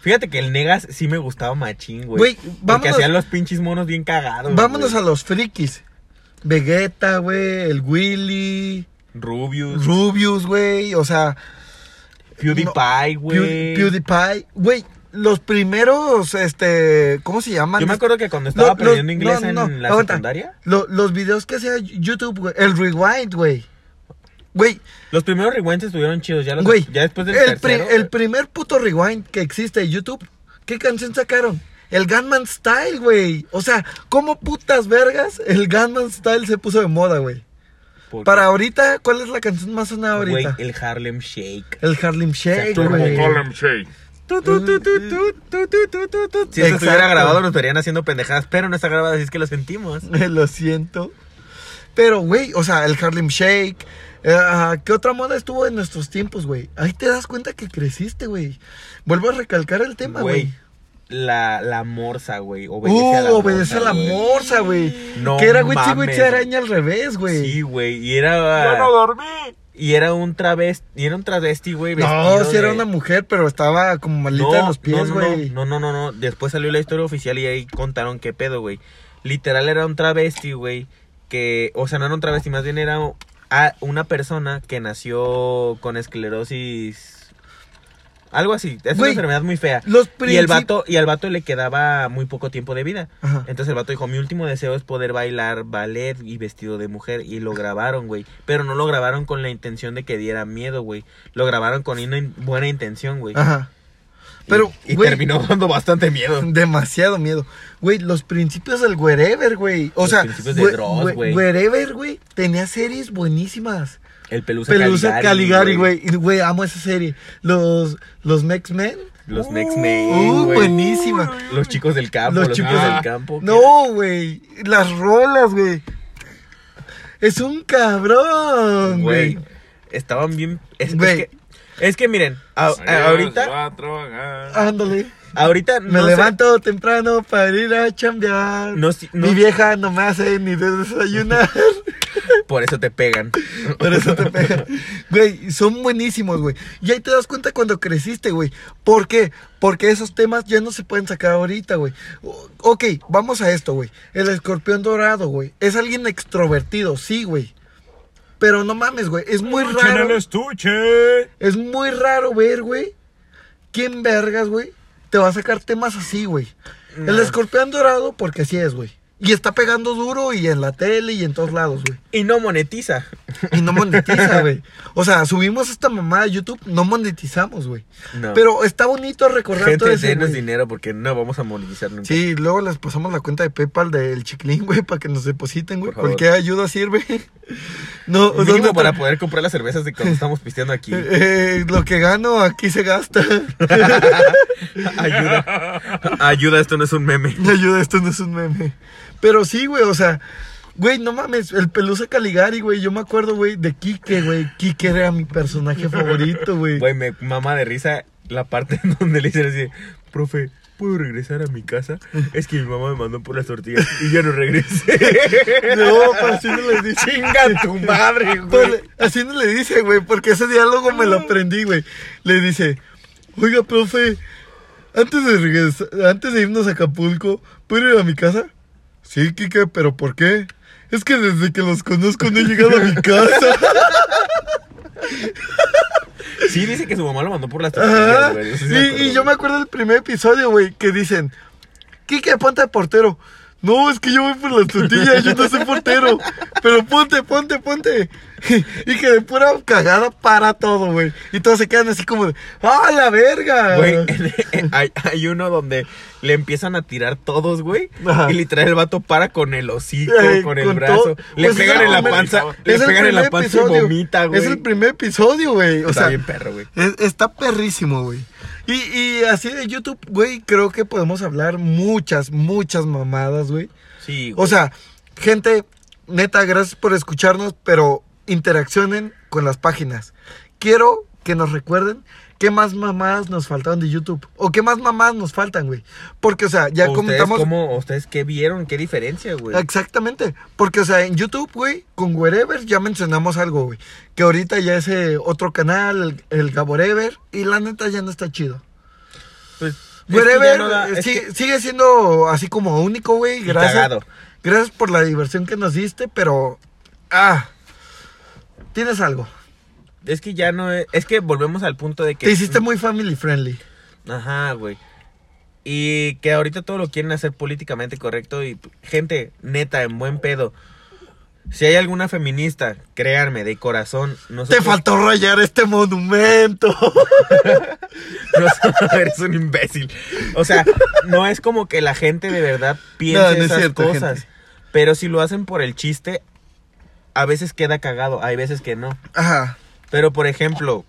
Fíjate que el Negas sí me gustaba machín, güey.
Güey,
Porque
vámonos-
hacían los pinches monos bien cagados.
Vámonos
güey.
a los frikis. Vegeta, güey. El Willy.
Rubius,
Rubius, güey. O sea,
PewDiePie, güey.
Pew- PewDiePie. Güey, los primeros, este, ¿cómo se llaman?
Yo me acuerdo que cuando
Lo-
estaba
los-
aprendiendo inglés
no, no,
en la
aguanta.
secundaria,
Lo- los videos que hacía YouTube, güey. El Rewind, güey. Güey,
los primeros rewinds estuvieron chidos. Ya, los,
güey.
ya después del
el, pri-
tercero,
el primer puto Rewind que existe de YouTube. ¿Qué canción sacaron? El Gunman Style, güey. O sea, ¿cómo putas vergas el Gunman Style se puso de moda, güey?
porque,
Para ahorita, ¿cuál es la canción más sonada
güey,
ahorita?
el Harlem Shake.
el, Harlem Shake,
Turbo
güey.
Column Shake.
Tu, tu, tu, tu, tu, tu, tu, tu, tu, tu. Si esto
Exacto.
estuviera grabado, nos estarían haciendo pendejadas, pero no está grabado, así es que lo sentimos.
Lo siento. Pero, güey, o sea, el Harlem Shake. eh, ah, ¿Qué otra moda estuvo en nuestros tiempos, güey? Ahí te das cuenta que creciste, güey. Vuelvo a recalcar el tema,
Güey,
güey.
la, la morsa, güey. Obedece a la
Uh, obedece
morsa,
a la
güey.
morsa, güey.
No
que era Witchy
mames.
Witchy Araña al revés, güey.
Sí, güey, y
Ah.
era...
Yo no dormí.
Y era un travesti, y era un travesti, güey.
no,
vestido
sí era
de-
una mujer, pero estaba como malita en los pies,
no, no,
güey.
No, no, no, no, no. Después salió la historia oficial y ahí contaron qué pedo, güey. Literal era un travesti, güey. Que, o sea, no era un travesti, más bien era u- a- una persona que nació con esclerosis. Algo así. Es una
Güey,
enfermedad muy fea.
Los
Y el
princip-
vato, y al vato le quedaba muy poco tiempo de vida.
Ajá.
Entonces el vato dijo, mi último deseo es poder bailar ballet y vestido de mujer. Y lo grabaron, güey. Pero no lo grabaron con la intención de que diera miedo, güey. Lo grabaron con una in- buena intención, güey.
Ajá. Pero,
Y, y
güey,
terminó dando bastante miedo.
Demasiado miedo. Güey, los principios del Wherever, güey. O
Los
sea,
principios de
güe-
Dross,
güe-
güey.
Wherever, güey, tenía series buenísimas.
El pelusa,
Pelusa Caligari, güey. Y, Güey, amo esa serie. Los, los Mex Men.
Los Next Men,
Uh,
güey.
buenísima.
Los chicos del campo,
Los
los,
chicos
chicos
del-
del campo.
No, güey. Las rolas, güey. Es un cabrón,
güey.
güey.
Estaban bien. Es, es
Güey.
que, es que miren,
Ah,
a-
eh,
a-
Mañana se
ahorita,
va a trabajar.
Ándale.
ahorita
Me
no sé-
levanto temprano para ir a chambear.
no sé- no-
Mi vieja no me hace ni de desayunar.
por eso te pegan.
Por eso te pega. Güey, son buenísimos, güey. Y ahí te das cuenta cuando creciste, güey. ¿Por qué? Porque esos temas ya no se pueden sacar ahorita, güey. O- Ok, vamos a esto, güey. El escorpión dorado, güey. Es alguien extrovertido, sí, güey. Pero no mames, güey. Es muy
Escuchen el
raro.
estuche.
Es muy raro ver, güey. ¿Quién vergas, güey? Te va a sacar temas así, güey. El escorpión dorado, porque así es, güey. Y está pegando duro y en la tele y en todos lados, güey.
Y no monetiza.
Y no monetiza, güey. O sea, subimos esta mamada a YouTube, no monetizamos, güey.
No.
Pero está bonito recordar todo
Gente,
eso.
denos
güey.
dinero porque no vamos a monetizar nunca.
Sí, luego les pasamos la cuenta de PayPal del chiclín, güey, para que nos depositen, güey.
Por favor.
Cualquier ayuda sirve. No,
Mínimo
¿dónde
para
tra-
poder comprar las cervezas de cuando estamos pisteando aquí.
Eh, lo que gano aquí se gasta.
Ayuda. Ayuda, esto no es un meme.
Me ayuda, esto no es un meme. Pero sí, güey, o sea, güey, no mames, el pelusa Caligari, güey, yo me acuerdo, güey, de Quique, güey. Quique era mi personaje favorito, güey.
Güey, me mama de risa la parte en donde le dicen así, profe, ¿puedo regresar a mi casa? Es que mi mamá me mandó por las tortillas y ya no regresé.
No, para así no les dije.
Chinga tu madre, güey.
Por- Pues, así no le dice, güey, porque ese diálogo me lo aprendí, güey. Le dice, oiga, profe, antes de regresar, antes de irnos a Acapulco, ¿puedo ir a mi casa? Sí, Kike, pero ¿por qué? Es que desde que los conozco no he llegado a mi casa.
Sí, dice que su mamá lo mandó por las
Ajá.
tortillas, güey. Eso sí
Y, y yo me acuerdo del primer episodio, güey, que dicen, Kike, ponte de portero. No, es que yo voy por las tortillas, yo no soy portero. Pero ponte, ponte, ponte. Y que de pura cagada para todo, güey. Y todos se quedan así como de, ¡ah, la verga!
Güey, hay, hay uno donde le empiezan a tirar todos, güey.
Ajá.
Y literal el vato para con el hocico,
Ay,
con el
con
brazo.
todo.
Le
Pues es
pegan
el
en la
primer-
panza, le
es el
pegan en la
primer
panza y
episodio.
vomita, güey.
Es el primer episodio, güey. O
Está
sea,
bien perro, güey.
es- está perrísimo, güey. Y, y así de YouTube, güey, creo que podemos hablar muchas, muchas mamadas, güey.
Sí, güey.
O sea, gente, neta, gracias por escucharnos, pero interaccionen con las páginas. Quiero que nos recuerden qué más mamadas nos faltaron de YouTube. O qué más mamadas nos faltan, güey. Porque, o sea, ya
¿Ustedes
comentamos...
cómo- ¿Ustedes qué vieron? ¿Qué diferencia, güey?
Exactamente. Porque, o sea, en YouTube, güey, con Wherever ya mencionamos algo, güey. Que ahorita ya es eh, otro canal, el, el Gaborever, y la neta ya no está chido.
Pues, es que ya
Wherever
no da-
eh,
es
sí-
que-
sigue siendo así como único, güey.
Y
Gracias.
cagado.
Gracias por la diversión que nos diste, pero. Ah. Tienes algo.
es que ya no es... Es que volvemos al punto de que... mm,
Te hiciste muy family friendly.
Ajá, güey. Y que ahorita todo lo quieren hacer políticamente correcto y gente neta, en buen pedo. Si hay alguna feminista, créanme, de corazón,
Te
nosotros,
faltó rayar este monumento.
nosotros- eres un imbécil. O sea, no es como que la gente de verdad piense
No, no es
esas
cierto,
cosas.
gente.
Pero si lo hacen por el chiste, a veces queda cagado, hay veces que no.
Ajá.
Pero por ejemplo,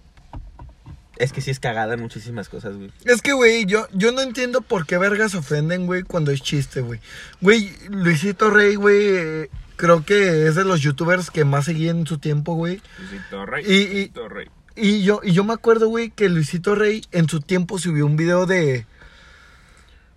es que sí es cagada en muchísimas cosas, güey.
Es que, güey, yo, yo no entiendo por qué vergas ofenden, güey, cuando es chiste, güey. Güey, Luisito Rey, güey, eh, creo que es de los youtubers que más seguí en su tiempo, güey.
Luisito Rey.
Y- y-
Luisito Rey.
Y yo, y yo me acuerdo, güey, que Luisito Rey en su tiempo subió un video de...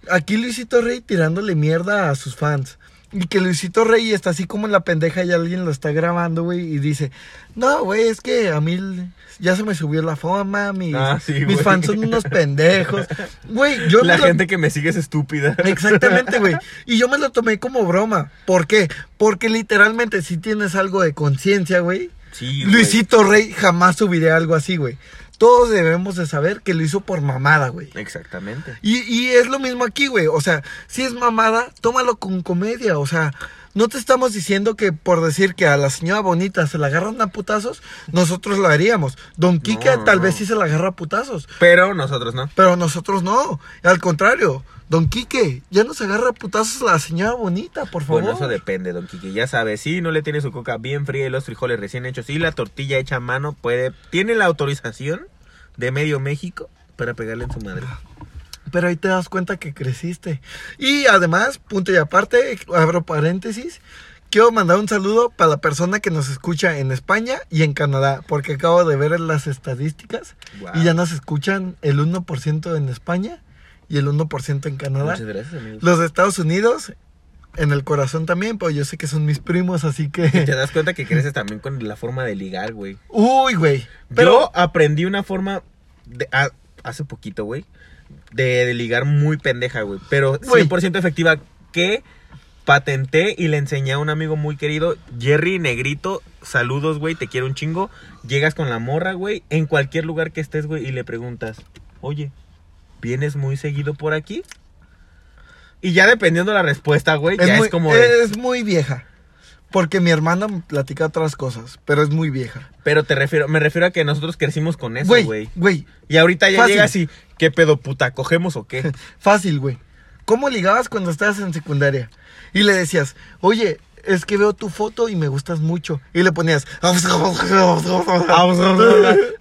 Aquí Luisito Rey tirándole mierda a sus fans. Y que Luisito Rey está así como en la pendeja y alguien lo está grabando, güey, y dice, no, güey, es que a mí l- ya se me subió la fama, mis,
Ah, sí,
mis
güey.
fans son unos pendejos. Güey, yo...
La
me lo-
gente que me sigue es estúpida.
Exactamente, güey. Y yo me lo tomé como broma. ¿Por qué? Porque literalmente si tienes algo de conciencia, güey,
Sí, güey.
Luisito Rey jamás subiré algo así, güey. Todos debemos de saber que lo hizo por mamada, güey.
Exactamente.
Y, y es lo mismo aquí, güey. O sea, si es mamada, tómalo con comedia. O sea, no te estamos diciendo que por decir que a la señora bonita se la agarran a putazos, nosotros lo haríamos. Don Quique
No,
tal
no.
vez sí se la agarra a putazos,
Pero nosotros no.
pero nosotros no. Al contrario, Don Quique, ya nos agarra a putazos a la señora bonita, por favor.
Bueno, eso depende, don Quique. Ya sabes, si no le tiene su coca bien fría y los frijoles recién hechos y la tortilla hecha a mano, puede. Tiene la autorización de Medio México para pegarle en su madre.
Pero ahí te das cuenta que creciste. Y además, punto y aparte, abro paréntesis, quiero mandar un saludo para la persona que nos escucha en España y en Canadá, porque acabo de ver las estadísticas
Wow.
y ya nos escuchan el 1% en España y el 1% en Canadá.
Muchas gracias, amigo.
Los de Estados Unidos, en el corazón también, pero yo sé que son mis primos, así
Te
que...
das cuenta que creces también con la forma de ligar, güey.
Uy, güey.
Yo aprendí una forma de- a- hace poquito, güey, de, de ligar muy pendeja, güey, pero
Güey.
100% efectiva que patenté y le enseñé a un amigo muy querido, Jerry Negrito, saludos, güey, te quiero un chingo. Llegas con la morra, güey, en cualquier lugar que estés, güey, y le preguntas, "Oye, ¿vienes muy seguido por aquí?" Y ya dependiendo la respuesta, güey,
es
ya
muy- eh,
es como de-
es muy vieja. Porque mi hermana me platica otras cosas, pero es muy vieja.
pero te refiero, me refiero a que nosotros crecimos con eso,
Güey,
güey.
güey,
Y ahorita ya
Fácil.
llegas y ¿qué pedo puta? ¿Cogemos o qué?
Fácil, güey. ¿Cómo ligabas cuando estabas en secundaria? Y le decías, oye, es que veo tu foto y me gustas mucho. Y le ponías...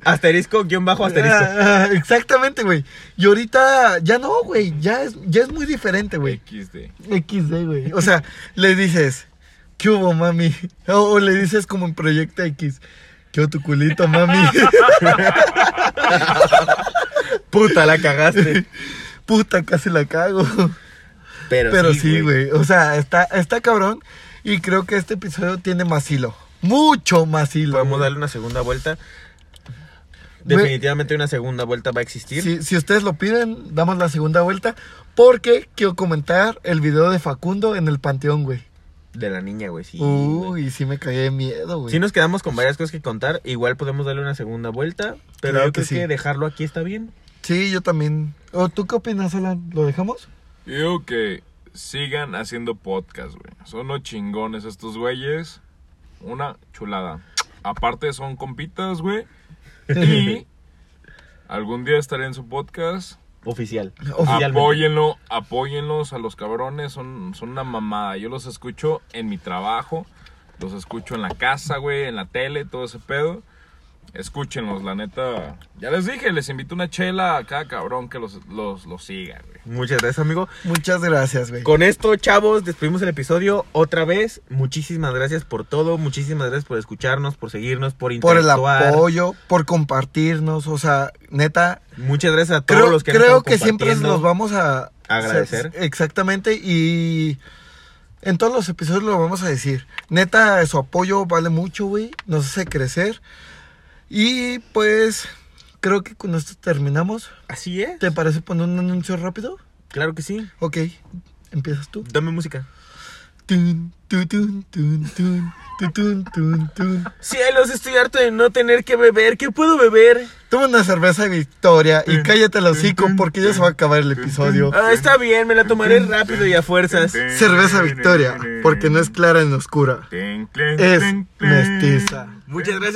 asterisco, guión bajo, asterisco.
Ah, ah, Exactamente, güey. Y ahorita ya no, güey. Ya es, ya es muy diferente, güey.
XD.
XD, güey. O sea, le dices, ¿qué hubo, mami? O, o le dices como en Proyecto X, ¿qué hubo tu culito, mami?
Puta, la cagaste.
Puta, casi la cago.
Pero,
Pero sí, güey. O sea, está, está cabrón. Y creo que este episodio tiene más hilo. Mucho más hilo.
Podemos
güey.
darle una segunda vuelta.
Güey.
Definitivamente una segunda vuelta va a existir.
Si, si ustedes lo piden, damos la segunda vuelta. Porque quiero comentar el video de Facundo en el panteón, güey.
De la niña, güey, sí. güey.
Uy, sí me caí de miedo, güey.
Sí nos quedamos con varias cosas que contar. Igual podemos darle una segunda vuelta. Pero
Claro
yo
que
creo
sí.
que dejarlo aquí está bien.
Sí, yo también. ¿O ¿Tú qué opinas, Alan? ¿Lo dejamos?
Yo digo que sigan haciendo podcast, güey. Son los chingones estos güeyes. Una chulada. Aparte son compitas, güey. Y algún día estaré en su podcast.
Oficial.
Oficialmente.
Apóyenlo, apóyenlos a los cabrones, son, son una mamada. Yo los escucho en mi trabajo, los escucho en la casa, güey, en la tele, todo ese pedo. Escúchenlos, la neta. Ya les dije, les invito una chela a cada cabrón que los, los, los siga, güey.
Muchas gracias, amigo.
Muchas gracias, güey.
Con esto, chavos, despedimos el episodio otra vez. Muchísimas gracias por todo. Muchísimas gracias por escucharnos, por seguirnos, por
Por el
interactuar.
apoyo, por compartirnos. O sea, neta,
Muchas gracias a todos
creo,
los que nos
creo
están
que siempre
compartiendo.
los vamos a
Agradecer.
se- Exactamente, y en todos los episodios lo vamos a decir. Neta, su apoyo vale mucho, güey. Nos hace crecer. Y pues, creo que con esto terminamos.
Así es.
¿Te parece poner un anuncio rápido?
Claro que sí.
Ok, empiezas tú.
Dame música.
Tun, tu, tun, tun, tun, tu, tun, tun, tun.
Cielos, estoy harto de no tener que beber. ¿Qué puedo beber?
Toma una cerveza de Victoria y
Tun,
cállate el
tun,
hocico
tun,
porque ya se va a acabar el episodio.
Ah, está bien, me la tomaré rápido y a fuerzas.
Cerveza Victoria, porque no es clara en oscura. Es mestiza.
Muchas gracias.